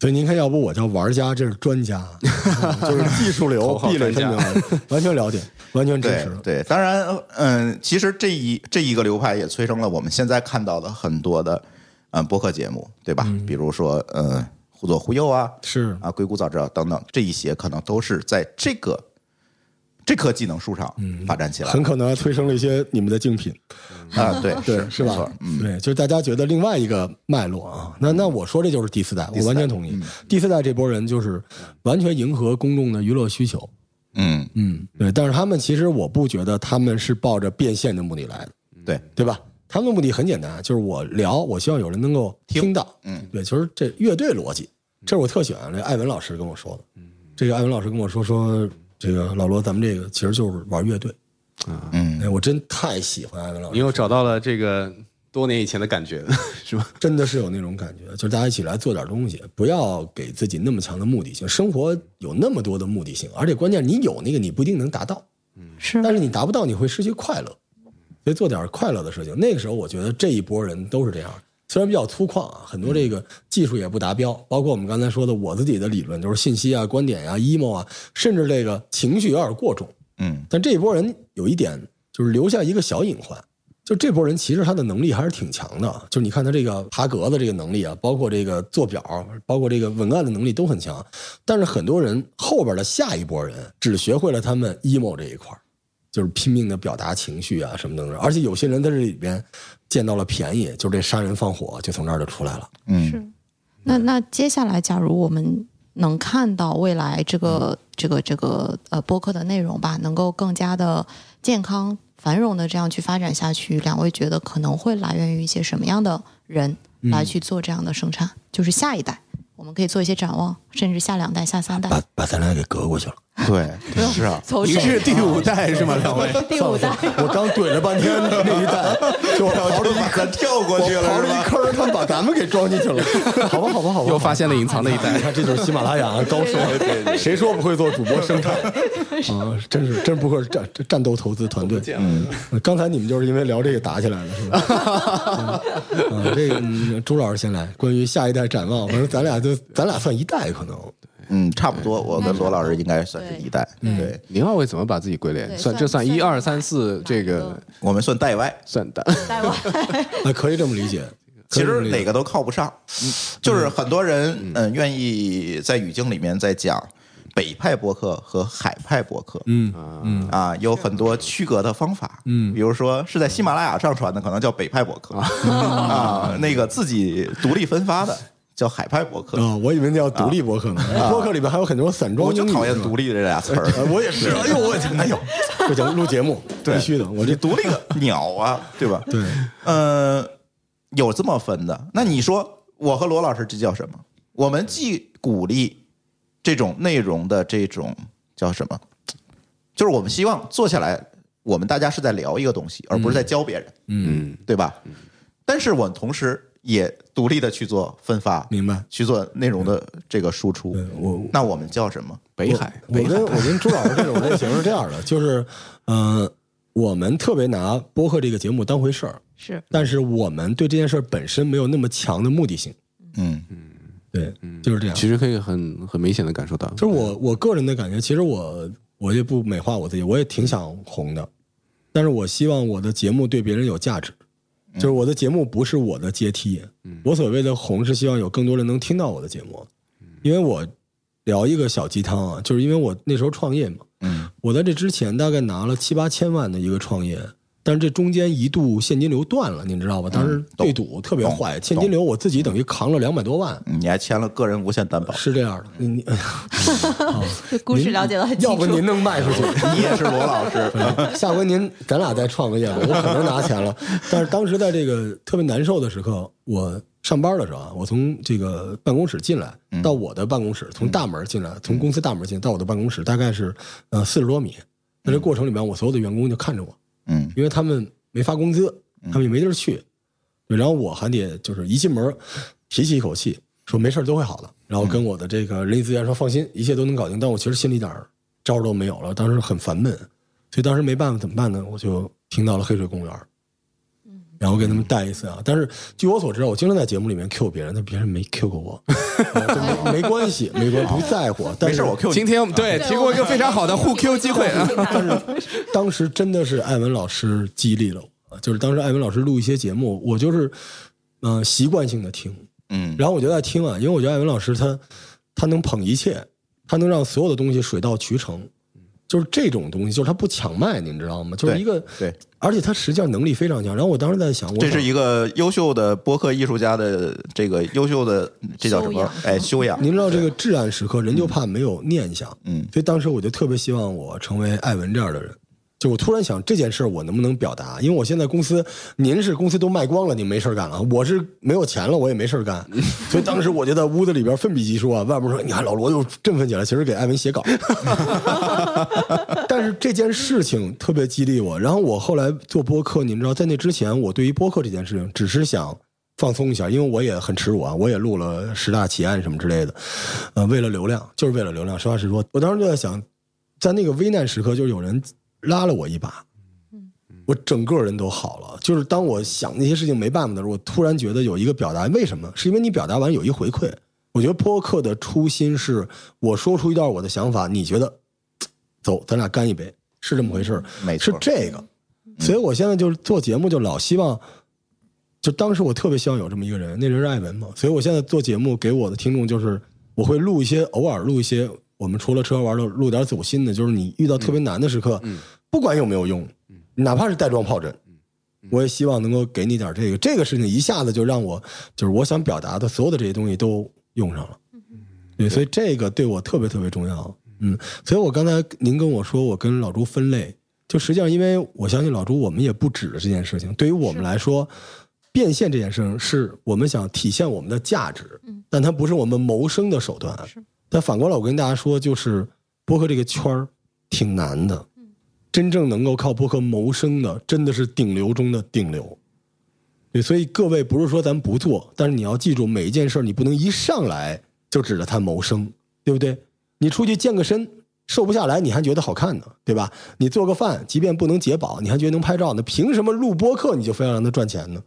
S1: 所以您看，要不我叫玩家，这是专家， 嗯就是技术流
S3: 头号
S1: 壁垒
S3: 专
S1: 分
S3: 家
S1: 明，完全 了解，完全支
S2: 对
S1: 持。
S2: 对，当然，嗯，其实这一这一个流派也催生了我们现在看到的很多的嗯播客节目，对吧？比如说嗯忽左忽右啊，
S1: 是
S2: 啊硅谷早知道等等，这一些可能都是在这个这棵技能树上
S1: 嗯
S2: 发展起来
S1: 很可能还催生了一些你们的竞品，
S2: 啊，对
S1: 对，
S2: 是
S1: 是
S2: 没
S1: 吧
S2: 错？嗯，
S1: 对，就是大家觉得另外一个脉络啊，那那我说这就是第四代，
S2: 第
S1: 我
S2: 四代嗯
S1: 完全同意。第四代这波人就是完全迎合公众的娱乐需求，
S2: 嗯，
S1: 嗯，对。但是他们其实我不觉得他们是抱着变现的目的来的，
S2: 对，
S1: 对吧？他们的目的很简单，啊就是我聊，我希望有人能够听到。
S2: 嗯，
S1: 对，就是这乐队逻辑，这是我特喜欢这艾文老师跟我说的。
S2: 嗯
S1: 这个艾文老师跟我说说，这个老罗，咱们这个其实就是玩乐队，哎
S2: 嗯嗯，
S1: 我真太喜欢艾文老师，
S3: 你又找到了这个多年以前的感 觉，是吧？
S1: 真的是有那种感觉，就是大家一起来做点东西，不要给自己那么强的目的性。生活有那么多的目的性，而且关键你有那个，你不一定能达到。
S3: 嗯，
S4: 是。
S1: 但是你达不到，你会失去快乐。所以做点快乐的事情。那个时候，我觉得这一波人都是这样的，虽然比较粗犷啊，很多这个技术也不达标，包括我们刚才说的我自己的理论，就是信息啊、观点呀、emo 啊，甚至这个情绪有点过重。
S2: 嗯，
S1: 但这一波人有一点就是留下一个小隐患，就这波人其实他的能力还是挺强的，就是你看他这个爬格子这个能力啊，包括这个做表，包括这个文案的能力都很强，但是很多人后边的下一波人只学会了他们 emo 这一块儿就是拼命的表达情绪啊什么等等，而且有些人在这里边见到了便宜，就是这杀人放火就从这儿就出来了。
S2: 嗯，
S4: 那那接下来，假如我们能看到未来这个、这个这个呃播客的内容吧，能够更加的健康繁荣的这样去发展下去，两位觉得可能会来源于一些什么样的人
S1: 嗯
S4: 来去做这样的生产？就是下一代，我们可以做一些展望，甚至下两代、下三代。
S1: 把把咱俩给隔过去了，
S2: 对，是啊，
S4: 从
S3: 您
S4: 谁
S3: 是第五代是吗？ 两位，
S4: 第 五代，
S1: 我刚怼了半天那一代，就刨出一
S2: 把咱跳过去了
S1: 刨
S2: 是
S1: 了一
S2: 吧？
S1: 坑，他们把咱们给装进 去了。好吧，好吧，好吧，
S3: 又发现了隐藏的一
S1: 你
S3: 代。
S1: 看，这就是喜马拉雅啊高手，谁说不会做主播生 态啊？真是，真不愧是战战斗投资团队。嗯，刚才你们就是因为聊这个打起来了，是 吧？嗯啊，这个嗯朱老师先来，关于下一代展望，反正咱俩就咱俩算一代，可能
S2: 嗯，差不多，我跟罗老师应该算是一代，
S1: 嗯
S2: 对
S3: 您二位怎么把自己归类？
S4: 对
S3: 算
S4: 算
S3: 这算
S4: 算
S3: 一
S4: 哪
S3: 二三四，
S4: 哪
S3: 这
S4: 一
S3: 个
S4: 个
S2: 我们算代外。
S3: 算的。
S4: 代外
S1: 啊，可以这么理解。可
S2: 其
S1: 以这么
S2: 实
S1: 理解嗯
S2: 哪个都靠不上，就是很多人嗯、呃愿意在语境里面在讲北派播客和海派播客，
S1: 嗯
S2: 嗯啊，有很多区隔的方法，
S1: 嗯
S2: 比如说是在喜马拉雅上传的，可能叫北派播客啊，那个自己独立分发的叫海派播客，
S1: 啊，我以为那叫独立播客呢，播客里边还有很多散装
S2: 啊我
S1: 英
S2: 就
S1: 语。
S2: 讨厌
S1: 是吧
S2: 独立这俩词
S1: 啊
S2: 儿，
S1: 我也 是，哎呦我天，哎呦，不行，录节目必须的，我
S2: 你
S1: 这
S2: 独立个鸟啊，对吧？
S1: 对，
S2: 呃，有这么分的。那你说我和罗老师这叫什么？我们既鼓励这种内容的这种叫什么？就是我们希望坐下来，我们大家是在聊一个东西，而不是在教别人，
S1: 嗯，
S2: 对吧？但是我们同时也独立的去做分发，
S1: 明白。
S2: 去做内容的这个输出
S1: 对。我
S2: 那我们叫什么？
S3: 北海，
S1: 我
S3: 北海
S1: 跟我跟朱老师这种类型是这 样的，就是，嗯、我们特别拿播客这个节目当回事儿，
S4: 是
S1: 但是我们对这件事儿本身没有那么强的目的性。
S2: 嗯
S1: 对，
S3: 嗯
S1: 就是这样。
S3: 其实可以很很明显的感受到，
S1: 就是我我个人的感觉，其实我我也不美化我自己，我也挺想红的，但是我希望我的节目对别人有价值，
S2: 嗯
S1: 就是我的节目不是我的阶梯，我所谓的红是希望有更多人能听到我的节目，
S2: 嗯
S1: 因为我聊一个小鸡汤啊，就是因为我那时候创业嘛，
S2: 嗯
S1: 我在这之前大概拿了七八千万的一个创业，但是这中间一度现金流断了，您知道吧？当时对赌特别坏，
S2: 嗯懂嗯
S1: 现金流我自己等于扛了两百多万。
S2: 你还签了个人无 限担保，
S1: 是这样的，你你
S4: 这故事了解的很清楚。
S1: 要不您能卖出去？
S2: 你也是罗老 师。
S1: 下回您咱俩再创个业吧，我可能拿钱了。但是当时在这个特别难受的时刻，我上班的时候啊，我从这个办公室进来，到我的办公室，从大门进来，从公司大门进来到我的办公室，大概是呃四十多米。在这过程里面，我所有的员工就看着我，
S2: 嗯
S1: 因为他们没发工资，他们也没地儿去。对，然后我还得就是一进门提起一口气，说没事儿都会好的。然后跟我的这个人力资源说放心，一切都能搞定。但我其实心里一点儿招儿都没有了，当时很烦闷，所以当时没办法怎么办呢？我就听到了黑水公园儿，然后给他们带一次啊。但是据我所知，啊，我经常在节目里面 Q 别人，但别人没 Q 过我，啊没没关系，没关系，不在乎。啊但
S2: 没
S1: 是
S2: 事，我 Q 你。
S3: 今天我们对提供一个非常好的互 Q 机会啊，
S1: 当时真的是艾文老师激励了我，就是当时艾文老师录一些节目，我就是嗯、呃习惯性的听，
S2: 嗯
S1: 然后我就在听啊，因为我觉得艾文老师他他能捧一切，他能让所有的东西水到渠成，就是这种东西，就是他不抢麦，您知道吗？就是
S2: 对
S1: 一个
S2: 对，
S1: 而且他实际上能力非常强。然后我当时在想，我
S2: 这
S1: 想
S2: 是一个优秀的播客艺术家的这个优秀的这叫什
S4: 修
S2: 么
S4: 养？
S2: 哎，修养。
S1: 您知道这个至暗时刻，人就怕没有念想，
S2: 嗯
S1: 所以当时我就特别希望我成为艾文这样的人，就我突然想这件事儿我能不能表达？因为我现在公司，您是公司都卖光了，你没事儿干了；我是没有钱了，我也没事儿 干。所以当时我就在屋子里边奋笔疾书啊，外边说你看老罗又振奋起来，其实给艾文写稿。但是这件事情特别激励我。然后我后来做播客，你们知道，在那之前，我对于播客这件事情只是想放松一下，因为我也很耻辱啊，我也录了十大奇案什么之类的，呃，为了流量，就是为了流量。实话实说，我当时就在想，在那个危难时刻，就是有人拉了我一把，我整个人都好了。就是当我想那些事情没办法的时候，我突然觉得有一个表达，为什么？是因为你表达完有一回馈。我觉得播客的初心是我说出一段我的想法，你觉得走，咱俩干一杯，是这么回事儿，嗯
S2: 没
S1: 错，是这个。所以我现在就是做节目，就老希望，就当时我特别希望有这么一个人，那人是艾文嘛。所以我现在做节目给我的听众就是，我会录一些，偶尔录一些，我们除了吃喝玩乐，录点走心的，就是你遇到特别难的时刻，不管有没有用，哪怕是带状疱疹。我也希望能够给你点这个，这个事情一下子就让我，就是我想表达的所有的这些东西都用上了，对，所以这个对我特别特别重要。嗯，所以我刚才您跟我说，我跟老朱分类，就实际上，因为我相信老朱，我们也不止这件事情。对于我们来说，变现这件事情是我们想体现我们的价值，但它不是我们谋生的手段。但反过来，我跟大家说，就是播客这个圈儿挺难的，真正能够靠播客谋生的，真的是顶流中的顶流。对，所以各位不是说咱不做，但是你要记住，每一件事儿你不能一上来就指着它谋生，对不对？你出去健个身，瘦不下来你还觉得好看呢，对吧？你做个饭，即便不能解饱，你还觉得能拍照呢，凭什么录播客你就非要让它赚钱呢？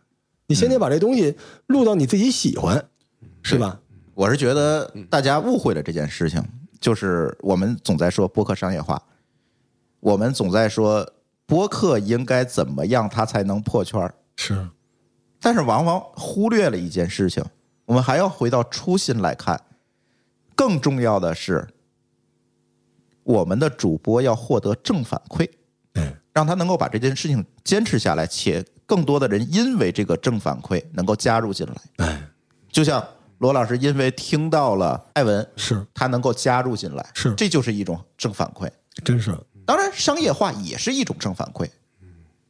S1: 你先得把这东西录到你自己喜欢，是吧？
S2: 我是觉得
S3: 嗯
S2: 大家误会了这件事情，就是我们总在说播客商业化，我们总在说播客应该怎么样它才能破圈儿
S1: 是，
S2: 但是往往忽略了一件事情，我们还要回到初心来看。更重要的是，我们的主播要获得正反馈，让他能够把这件事情坚持下来，且更多的人因为这个正反馈能够加入进来。就像罗老师因为听到了艾文，
S1: 是
S2: 他能够加入进来，
S1: 是
S2: 这就是一种正反馈。
S1: 真是
S2: 当然，商业化也是一种正反馈，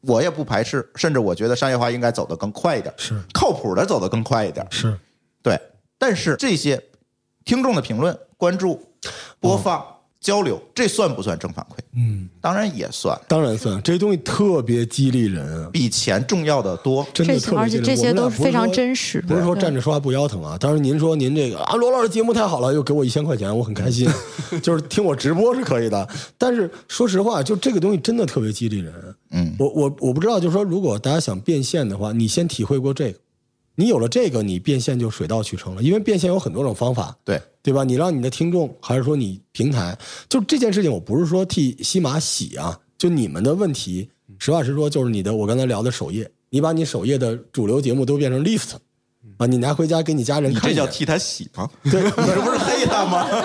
S2: 我也不排斥，甚至我觉得商业化应该走得更快一点，
S1: 是
S2: 靠谱的走得更快一点，
S1: 是
S2: 对。但是这些听众的评论、关注、播放、
S3: 嗯
S2: 交流，这算不算正反馈？
S1: 嗯，
S2: 当然也算，
S1: 当然算，这些东西特别激励人，啊
S2: 比钱重要的多，
S1: 真的特别
S4: 而
S1: 激
S4: 且
S1: 励人。
S4: 这些都是非常真
S1: 实。
S4: 实的，
S1: 不是说
S4: 对
S1: 站着说话不腰疼啊！当然，您说您这个啊，罗老师节目太好了，又给我一千块钱，我很开 心。就是听我直播是可以的，但是说实话，就这个东西真的特别激励人。
S2: 嗯，
S1: 我我我不知道，就是说，如果大家想变现的话，你先体会过这个，你有了这个，你变现就水到渠成了。因为变现有很多种方法，
S2: 对
S1: 对吧？你让你的听众，还是说你平台，就这件事情，我不是说替西马洗啊，就你们的问题，实话实说，就是你的我刚才聊的首页，你把你首页的主流节目都变成 list 啊，你拿回家给你家
S3: 啊
S1: 人
S2: 你
S1: 看
S2: 这
S1: 一眼。
S2: 叫替他洗吗？
S1: 对，你
S2: 这不是黑他吗？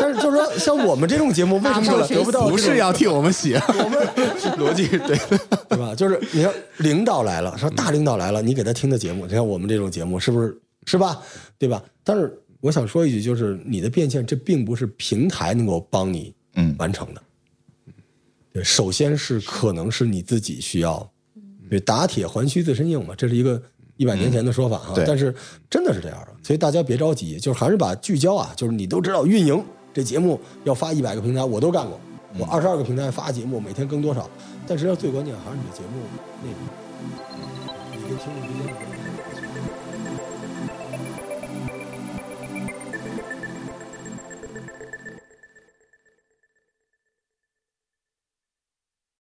S1: 但是就是说，像我们这种节目，为什么我得不到这种？
S3: 不是 要替我们洗啊，
S1: 我们
S3: 逻辑是对的。
S1: 对吧？就是你看领导来了，说大领导来了，你给他听的节目，你看我们这种节目是不是是吧？对吧？但是我想说一句，就是你的变现，这并不是平台能够帮你
S2: 嗯
S1: 完成的。对，首先是可能是你自己需要，对，打铁还需自身硬嘛，这是一个一百年前的说法哈、
S2: 对
S1: 但是真的是这样的，所以大家别着急，就是还是把聚焦啊，就是你都知道运营这节目要发一百个平台，我都干过，我二十二个平台发节目，每天更多少？但实际上最关键还是你的节目内容，你跟听众之间的关系。